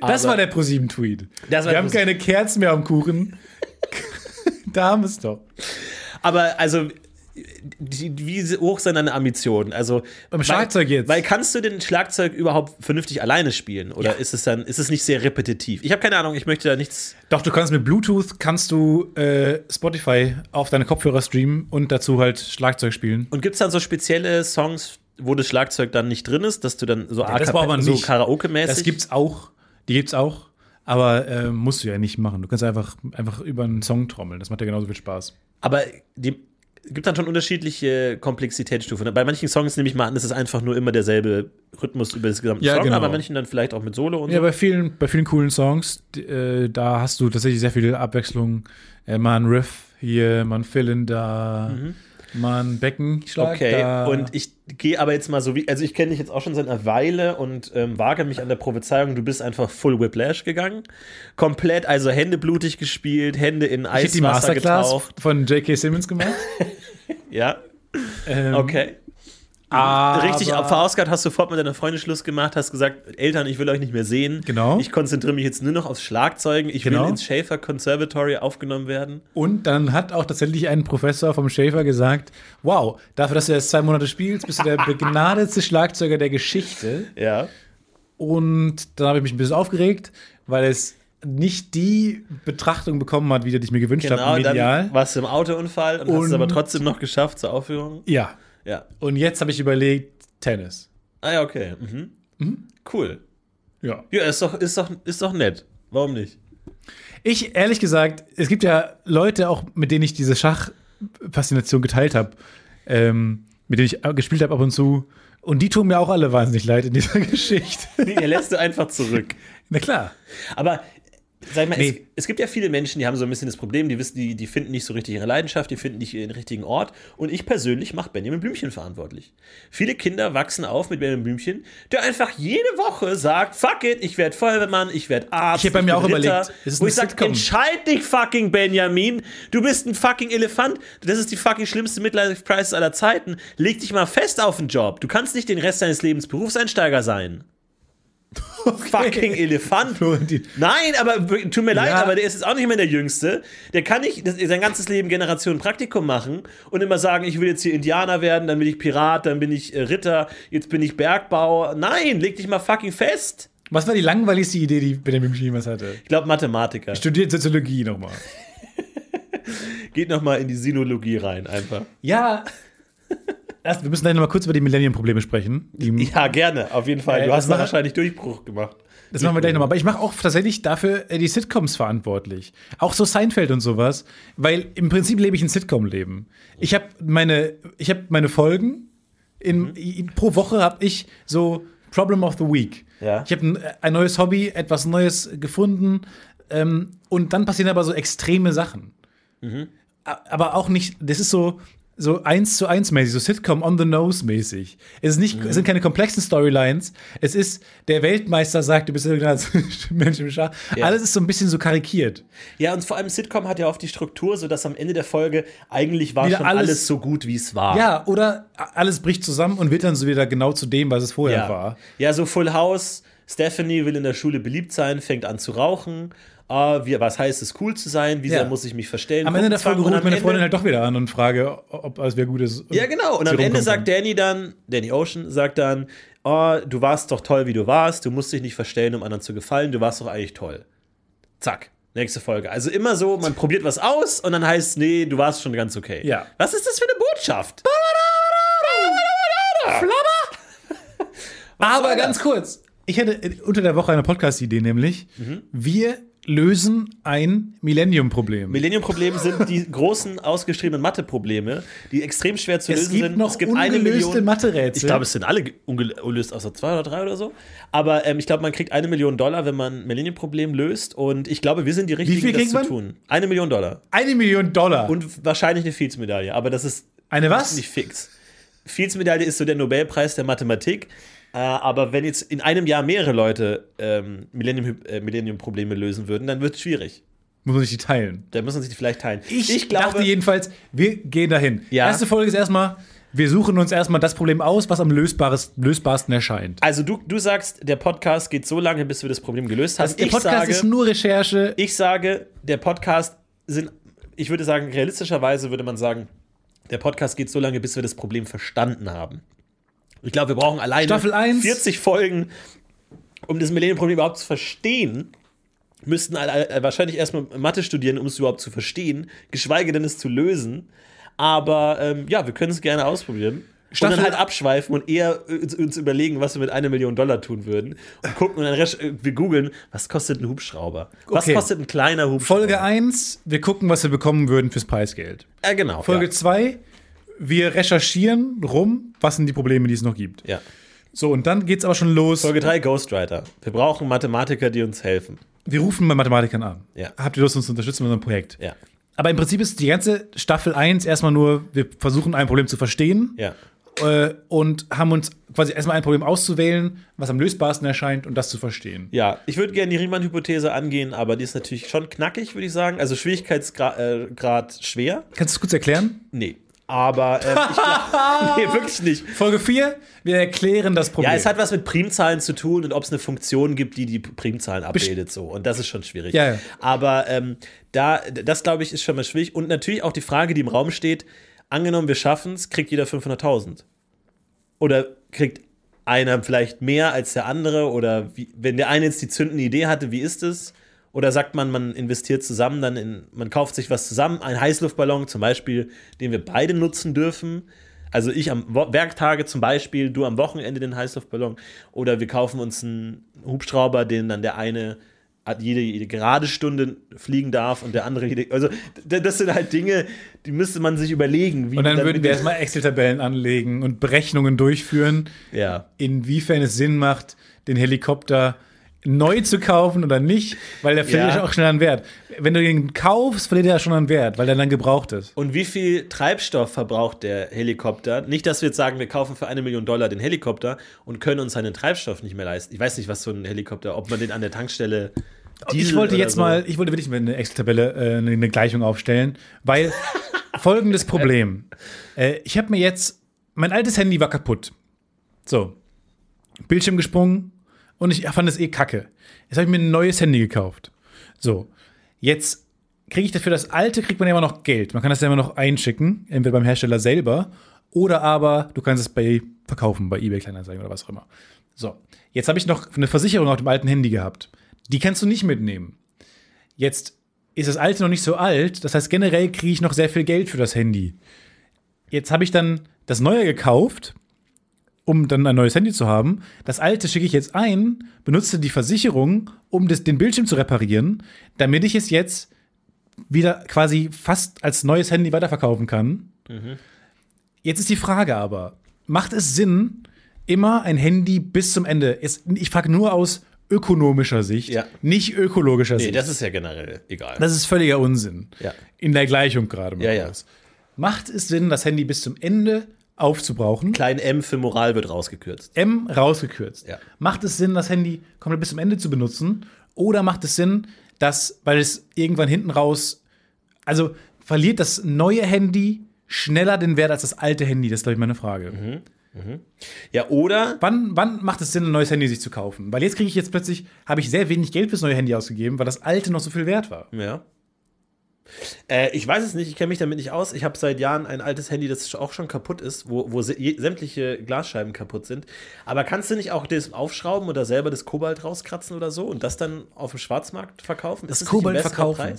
S2: Das
S4: Aber-
S2: war der ProSieben-Tweet.
S4: Das war
S2: Wir haben
S4: ProSieben.
S2: keine Kerzen mehr am Kuchen. da haben wir es doch.
S4: Aber also, die, wie hoch sind deine Ambitionen? Also,
S2: Beim Schlagzeug
S4: weil,
S2: jetzt.
S4: Weil kannst du den Schlagzeug überhaupt vernünftig alleine spielen? Oder ist es dann, ist es nicht sehr repetitiv? Ich habe keine Ahnung, ich möchte da nichts.
S2: Doch, du kannst mit Bluetooth kannst du äh, Spotify auf deine Kopfhörer streamen und dazu halt Schlagzeug spielen.
S4: Und gibt es dann so spezielle Songs, wo das Schlagzeug dann nicht drin ist, dass du dann so, a
S2: das braucht man
S4: cappella- so
S2: nicht.
S4: Karaoke-mäßig.
S2: Das gibt's auch. Die gibt's auch. Aber äh, musst du ja nicht machen. Du kannst einfach, einfach über einen Song trommeln. Das macht ja genauso viel Spaß.
S4: Aber die gibt dann schon unterschiedliche Komplexitätsstufen. ne? Bei manchen Songs nehme ich mal an, ist es einfach nur immer derselbe Rhythmus über das gesamte
S2: Ja,
S4: Song,
S2: genau.
S4: aber bei manchen dann vielleicht auch mit Solo und
S2: Ja,
S4: so.
S2: bei vielen, bei vielen coolen Songs, die, äh, da hast du tatsächlich sehr viel Abwechslung. Äh, mal ein Riff hier, mal ein Fill-In da, mal ein Beckenschlag
S4: Okay,
S2: da.
S4: und ich gehe aber jetzt mal so wie, also ich kenne dich jetzt auch schon seit einer Weile und ähm, wage mich an der Prophezeiung, du bist einfach full Whiplash gegangen. Komplett, also Hände blutig gespielt, Hände in
S2: ich hätte die
S4: Eiswasser
S2: Masterclass
S4: getaucht.
S2: von J.K. Simmons gemacht.
S4: Ja,
S2: Ähm,
S4: okay.
S2: aber-
S4: Richtig verausgabt, hast sofort mit deiner Freundin Schluss gemacht, hast gesagt, Eltern, ich will euch nicht mehr sehen.
S2: Genau.
S4: Ich konzentriere mich jetzt nur noch aufs Schlagzeugen. Ich
S2: Genau.
S4: will ins Schäfer Conservatory aufgenommen werden.
S2: Und dann hat auch tatsächlich ein Professor vom Schäfer gesagt: Wow, dafür, dass du erst zwei Monate spielst, bist du der begnadetste Schlagzeuger der Geschichte.
S4: Ja.
S2: Und dann habe ich mich ein bisschen aufgeregt, weil es nicht die Betrachtung bekommen hat, wie ich mir gewünscht
S4: Genau,
S2: habe, medial.
S4: dann warst du im Autounfall und, hast es
S2: Und-
S4: aber trotzdem noch geschafft zur Aufführung.
S2: ja.
S4: Ja.
S2: Und jetzt habe ich überlegt, Tennis.
S4: Ah ja, okay. Mhm. Cool.
S2: Ja.
S4: Ja, ist doch, ist doch, ist doch nett. Warum nicht?
S2: Ich, ehrlich gesagt, es gibt ja Leute auch, mit denen ich diese Schachfaszination geteilt habe, ähm, mit denen ich gespielt habe ab und zu. Und die tun mir auch alle wahnsinnig leid in dieser Geschichte.
S4: Er lässt du einfach zurück.
S2: Na klar.
S4: Aber sag mal,
S2: Nee.
S4: es, es gibt ja viele Menschen, die haben so ein bisschen das Problem, die wissen, die, die finden nicht so richtig ihre Leidenschaft, die finden nicht ihren richtigen Ort. Und ich persönlich mache Benjamin Blümchen verantwortlich. Viele Kinder wachsen auf mit Benjamin Blümchen, der einfach jede Woche sagt, fuck it, ich werde Feuerwehrmann, ich werde Arzt.
S2: Ich hab bei mir
S4: bin
S2: auch überlegt, es ist
S4: Wo
S2: eine
S4: ich sage,
S2: Sitcom.
S4: entscheid dich fucking Benjamin, du bist ein fucking Elefant, das ist die fucking schlimmste Midlife Crisis aller Zeiten. Leg dich mal fest auf den Job. Du kannst nicht den Rest deines Lebens Berufseinsteiger sein. Fucking Elefant.
S2: Florentin.
S4: Nein, aber w- tut mir leid,
S2: Ja.
S4: aber der ist jetzt auch nicht mehr der Jüngste. Der kann nicht das, sein ganzes Leben Generation Praktikum machen und immer sagen, ich will jetzt hier Indianer werden, dann bin ich Pirat, dann bin ich äh, Ritter, jetzt bin ich Bergbauer. Nein, leg dich mal fucking fest.
S2: Was war die langweiligste Idee, die Benjamin Blümchen jemals hatte?
S4: Ich glaube, Mathematiker.
S2: Studiert Soziologie nochmal.
S4: Geht nochmal in die Sinologie rein, einfach.
S2: Ja. Erst, wir müssen gleich nochmal kurz über die Millennium-Probleme sprechen. Die,
S4: Ja, gerne, auf jeden Fall.
S2: Äh,
S4: Du hast
S2: das
S4: da
S2: war-
S4: wahrscheinlich Durchbruch gemacht.
S2: das machen
S4: Äh.
S2: wir gleich nochmal. Aber ich mache auch tatsächlich dafür äh, die Sitcoms verantwortlich. Auch so Seinfeld und sowas. Weil im Prinzip lebe ich ein Sitcom-Leben. Ich habe meine, ich hab meine Folgen. In,
S4: Mhm.
S2: i- Pro Woche habe ich so Problem of the Week.
S4: Ja.
S2: Ich habe ein, ein neues Hobby, etwas Neues gefunden. Ähm, und dann passieren aber so extreme Sachen.
S4: Mhm.
S2: A- aber auch nicht, das ist so so eins zu eins mäßig, so Sitcom on the nose mäßig. Es, ist
S4: Mhm.
S2: nicht, es sind keine komplexen Storylines. Es ist, der Weltmeister sagt, du bist irgendein Mensch im Schach. Alles ist so ein bisschen so karikiert.
S4: Ja, und vor allem Sitcom hat ja oft die Struktur, sodass am Ende der Folge eigentlich war
S2: Wieder
S4: schon
S2: alles-
S4: alles, so gut, wie es war.
S2: Ja, oder a- alles bricht zusammen und wird dann so wieder genau zu dem, was es vorher
S4: ja.
S2: war.
S4: Ja, so Full House. Stephanie will in der Schule beliebt sein, fängt an zu rauchen. Ah, wie, was heißt es, cool zu sein? Wie
S2: Ja.
S4: sehr muss ich mich verstellen?
S2: Am Ende der
S4: Gruppenzwang
S2: Folge
S4: und
S2: ruft
S4: am
S2: meine
S4: Ende-
S2: Freundin halt doch wieder an und frage, ob alles wieder gut ist.
S4: Ja, genau. Und am Ende sagt
S2: der.
S4: Danny dann, Danny Ocean sagt dann, oh, du warst doch toll, wie du warst. Du musst dich nicht verstellen, um anderen zu gefallen. Du warst doch eigentlich toll. Zack. Nächste Folge. Also immer so, man probiert was aus und dann heißt, nee, du warst schon ganz okay.
S2: Ja.
S4: Was ist das für eine Botschaft?
S2: Aber ganz kurz. Ich hätte äh, unter der Woche eine Podcast-Idee, nämlich
S4: Mhm.
S2: wir lösen ein Millennium-Problem.
S4: Millennium-Probleme sind die großen ausgeschriebenen Mathe-Probleme, die extrem schwer zu
S2: Es
S4: lösen
S2: gibt
S4: sind.
S2: noch ungelöste Mathe-Rätsel.
S4: Ich glaube, es sind alle ge- ungel- ungelöst, außer zwei oder drei oder so. Aber ähm, ich glaube, man kriegt eine Million Dollar, wenn man ein Millennium-Problem löst. Und ich glaube, wir sind die richtigen,
S2: viel
S4: das
S2: kriegt
S4: zu
S2: man?
S4: tun. Eine Million Dollar.
S2: Eine Million Dollar.
S4: Und wahrscheinlich eine Fields-Medaille. Aber das ist
S2: eine was?
S4: nicht fix. Fields-Medaille ist so der Nobelpreis der Mathematik. Äh, aber wenn jetzt in einem Jahr mehrere Leute ähm, Millennium- äh, Millennium-Probleme lösen würden, dann wird es schwierig.
S2: Muss man sich die teilen.
S4: Da müssen sich die vielleicht teilen.
S2: Ich, dachte jedenfalls, wir gehen dahin.
S4: Ja.
S2: Erste Folge ist erstmal, wir suchen uns erstmal das Problem aus, was am lösbares, lösbarsten erscheint.
S4: also du, du sagst, der Podcast geht so lange, bis wir das Problem gelöst haben.
S2: Also Der
S4: Also ich,
S2: Podcast
S4: sage,
S2: ist nur Recherche.
S4: ich sage, der Podcast sind, ich würde sagen, realistischerweise würde man sagen, der Podcast geht so lange, bis wir das Problem verstanden haben. Ich glaube, wir brauchen alleine
S2: Staffel eins.
S4: 40 Folgen, um das Millennium-Problem überhaupt zu verstehen. Müssten alle- äh, wahrscheinlich erstmal Mathe studieren, um es überhaupt zu verstehen, geschweige denn es zu lösen. Aber ähm, ja, wir können es gerne ausprobieren.
S2: Staffel-
S4: und dann halt abschweifen und eher uns, uns überlegen, was wir mit einer Million Dollar tun würden. Und gucken und dann resch- äh, wir googeln, was kostet ein Hubschrauber? Was
S2: Okay.
S4: kostet ein kleiner Hubschrauber?
S2: Folge 1, wir gucken, was wir bekommen würden fürs Preisgeld.
S4: Ja, genau.
S2: Folge 2, wir recherchieren rum, was sind die Probleme, die es noch gibt.
S4: ja. Ja.
S2: So, und dann geht's aber schon los.
S4: Folge 3 Ghostwriter. Wir brauchen Mathematiker, die uns helfen.
S2: Wir rufen bei Mathematikern an.
S4: Ja.
S2: Habt ihr Lust, uns zu unterstützen mit unserem Projekt?
S4: Ja.
S2: Aber im Prinzip ist die ganze Staffel 1 erstmal nur, wir versuchen ein Problem zu verstehen
S4: Ja.
S2: äh, und haben uns quasi erstmal ein Problem auszuwählen, was am lösbarsten erscheint und das zu verstehen.
S4: Ja, ich würde gerne die Riemann-Hypothese angehen, aber die ist natürlich schon knackig, würde ich sagen. Also Schwierigkeitsgrad äh, Grad schwer.
S2: Kannst du es kurz erklären?
S4: Nee. Aber ähm, ich glaub, Nee, wirklich nicht.
S2: Folge 4, wir erklären das Problem.
S4: Ja, es hat was mit Primzahlen zu tun und ob es eine Funktion gibt, die die Primzahlen abbildet, so. Und das ist schon schwierig.
S2: Ja, ja.
S4: Aber ähm, da, das glaube ich, ist schon mal schwierig. Und natürlich auch die Frage, die im Raum steht: Angenommen, wir schaffen es, kriegt jeder 500.000? Oder kriegt einer vielleicht mehr als der andere? Oder wie, wenn der eine jetzt die zündende Idee hatte, wie ist es? Oder sagt man, man investiert zusammen, dann in, man kauft sich was zusammen, ein Heißluftballon zum Beispiel, den wir beide nutzen dürfen. Also ich am Wo Werktage zum Beispiel, du am Wochenende den Heißluftballon. Oder wir kaufen uns einen Hubschrauber, den dann der eine hat jede, jede gerade Stunde fliegen darf und der andere jede. Also d- das sind halt Dinge, die müsste man sich überlegen. Wie
S2: und dann,
S4: man
S2: würden
S4: mit
S2: wir
S4: den-
S2: erstmal Excel-Tabellen anlegen und Berechnungen durchführen,
S4: Ja.
S2: inwiefern es Sinn macht, den Helikopter neu zu kaufen oder nicht, weil der verliert
S4: Ja.
S2: ja. auch schnell an Wert. Wenn du den kaufst, verliert er schon an Wert, weil er dann gebraucht ist.
S4: Und wie viel Treibstoff verbraucht der Helikopter? Nicht, dass wir jetzt sagen, wir kaufen für eine Million Dollar den Helikopter und können uns seinen Treibstoff nicht mehr leisten. Ich weiß nicht, was so ein Helikopter, ob man den an der Tankstelle.
S2: ich
S4: Diesel
S2: wollte
S4: oder
S2: jetzt
S4: so.
S2: mal, ich wollte wirklich mal eine Excel-Tabelle, äh, eine- eine Gleichung aufstellen, weil folgendes Problem. Äh, ich habe mir jetzt, mein altes Handy war kaputt. So, Bildschirm gesprungen und ich fand es eh kacke. Jetzt habe ich mir ein neues Handy gekauft. So, jetzt kriege ich dafür das alte, kriegt man ja immer noch Geld. Man kann das ja immer noch einschicken, entweder beim Hersteller selber oder aber du kannst es bei verkaufen, bei eBay Kleinanzeigen oder was auch immer. So, jetzt habe ich noch eine Versicherung auf dem alten Handy gehabt. Die kannst du nicht mitnehmen. Jetzt ist das alte noch nicht so alt, das heißt generell kriege ich noch sehr viel Geld für das Handy. Jetzt habe ich dann das neue gekauft, um dann ein neues Handy zu haben. Das alte schicke ich jetzt ein, benutze die Versicherung, um das, den Bildschirm zu reparieren, damit ich es jetzt wieder quasi fast als neues Handy weiterverkaufen kann.
S4: Mhm.
S2: Jetzt ist die Frage aber, macht es Sinn, immer ein Handy bis zum Ende? Jetzt, ich frage nur aus ökonomischer Sicht,
S4: Ja.
S2: nicht ökologischer
S4: Nee,
S2: Sicht.
S4: das ist ja generell egal.
S2: Das ist völliger Unsinn.
S4: Ja.
S2: In der Gleichung gerade mal.
S4: ja, ja.
S2: Macht es Sinn, das Handy bis zum Ende aufzubrauchen?
S4: Klein M für Moral wird rausgekürzt.
S2: M rausgekürzt.
S4: Ja.
S2: Macht es Sinn, das Handy komplett bis zum Ende zu benutzen? Oder macht es Sinn, dass, weil es irgendwann hinten raus, also verliert das neue Handy schneller den Wert als das alte Handy? Das ist, glaube ich, meine Frage.
S4: Mhm. Ja, oder
S2: Wann, wann macht es Sinn, ein neues Handy sich zu kaufen? Weil jetzt kriege ich jetzt plötzlich, habe ich sehr wenig Geld fürs neue Handy ausgegeben, weil das alte noch so viel wert war.
S4: Ja. Äh, ich weiß es nicht, ich kenne mich damit nicht aus. Ich habe seit Jahren ein altes Handy, das sch- auch schon kaputt ist, wo, wo se- je- sämtliche Glasscheiben kaputt sind. Aber kannst du nicht auch das aufschrauben oder selber das Kobalt rauskratzen oder so und das dann auf dem Schwarzmarkt verkaufen?
S2: Das
S4: es nicht ein
S2: Kobalt
S4: besserer
S2: verkaufen?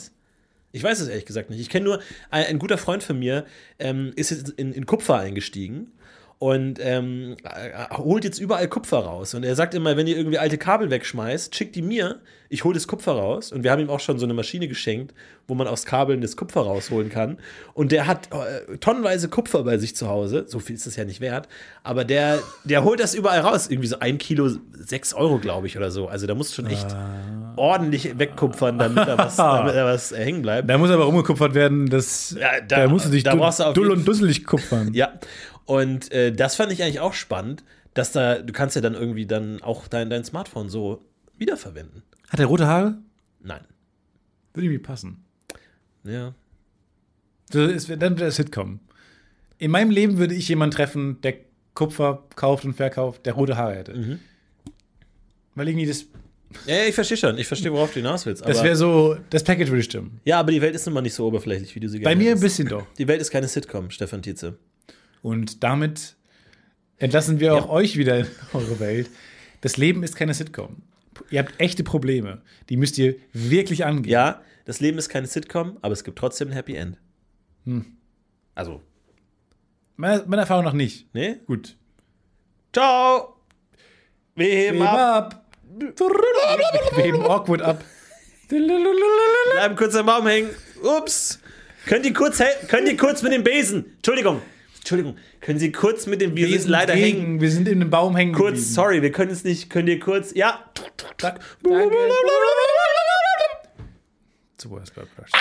S4: Ich weiß es ehrlich gesagt nicht. Ich kenne nur, ein, ein guter Freund von mir ähm, ist jetzt in, in Kupfer eingestiegen und ähm, äh, holt jetzt überall Kupfer raus. Und er sagt immer, wenn ihr irgendwie alte Kabel wegschmeißt, schickt die mir, ich hole das Kupfer raus. Und wir haben ihm auch schon so eine Maschine geschenkt, wo man aus Kabeln das Kupfer rausholen kann. Und der hat äh, tonnenweise Kupfer bei sich zu Hause. So viel ist es ja nicht wert. Aber der, der holt das überall raus. Irgendwie so ein Kilo, sechs Euro, glaube ich, oder so. Also da musst du schon echt ordentlich wegkupfern, damit da was, damit da was äh, hängen bleibt.
S2: Da muss aber rumgekupfert werden, das,
S4: Ja, da-
S2: da, musst du dich
S4: da
S2: du-
S4: brauchst du auf
S2: dull
S4: jeden-
S2: und dusselig kupfern.
S4: Ja, und äh, das fand ich eigentlich auch spannend, dass da, du kannst ja dann irgendwie dann auch dein, dein Smartphone so wiederverwenden.
S2: Hat er rote Haare?
S4: Nein.
S2: Würde irgendwie passen.
S4: Ja.
S2: Das ist, dann wäre das Sitcom. In meinem Leben würde ich jemanden treffen, der Kupfer kauft und verkauft, der rote Haare hätte.
S4: Mhm.
S2: Weil irgendwie das,
S4: ja, ich verstehe schon. Ich verstehe, worauf du hinaus willst.
S2: das
S4: aber-
S2: wäre so, das Package würde stimmen.
S4: Ja, aber die Welt ist nun mal nicht so oberflächlich, wie du sie
S2: Bei
S4: gerne
S2: mir ein
S4: hättest.
S2: bisschen doch.
S4: Die Welt ist keine Sitcom, Stefan Tietze.
S2: Und damit entlassen wir auch euch wieder in eure Welt. Das Leben ist keine Sitcom. Ihr habt echte Probleme. Die müsst ihr wirklich angehen.
S4: Ja, das Leben ist keine Sitcom, aber es gibt trotzdem ein Happy End.
S2: Hm.
S4: Also,
S2: Meiner, meiner Erfahrung nach nicht.
S4: ne?
S2: Gut.
S4: Ciao! Wir heben
S2: Weben
S4: ab.
S2: ab. Weben awkward ab.
S4: Bleiben kurz am Baum hängen. Ups. Könnt ihr kurz, hel- könnt ihr kurz mit dem Besen? Entschuldigung. Entschuldigung. Können Sie kurz mit dem Wir sind leider
S2: Wegen-
S4: hängen.
S2: Wir sind in einem Baum hängen. geblieben.
S4: Kurz, sorry, wir können es nicht. Könnt ihr kurz. Ja.
S2: Da, danke. Super, das war Brush.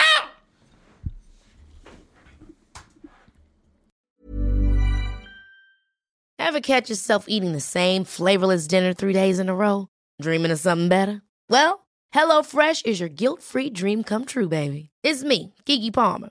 S6: Ever catch yourself eating the same flavorless dinner three days in a row? Dreaming of something better? Well, HelloFresh is your guilt-free dream come true, baby. It's me, Kiki Palmer.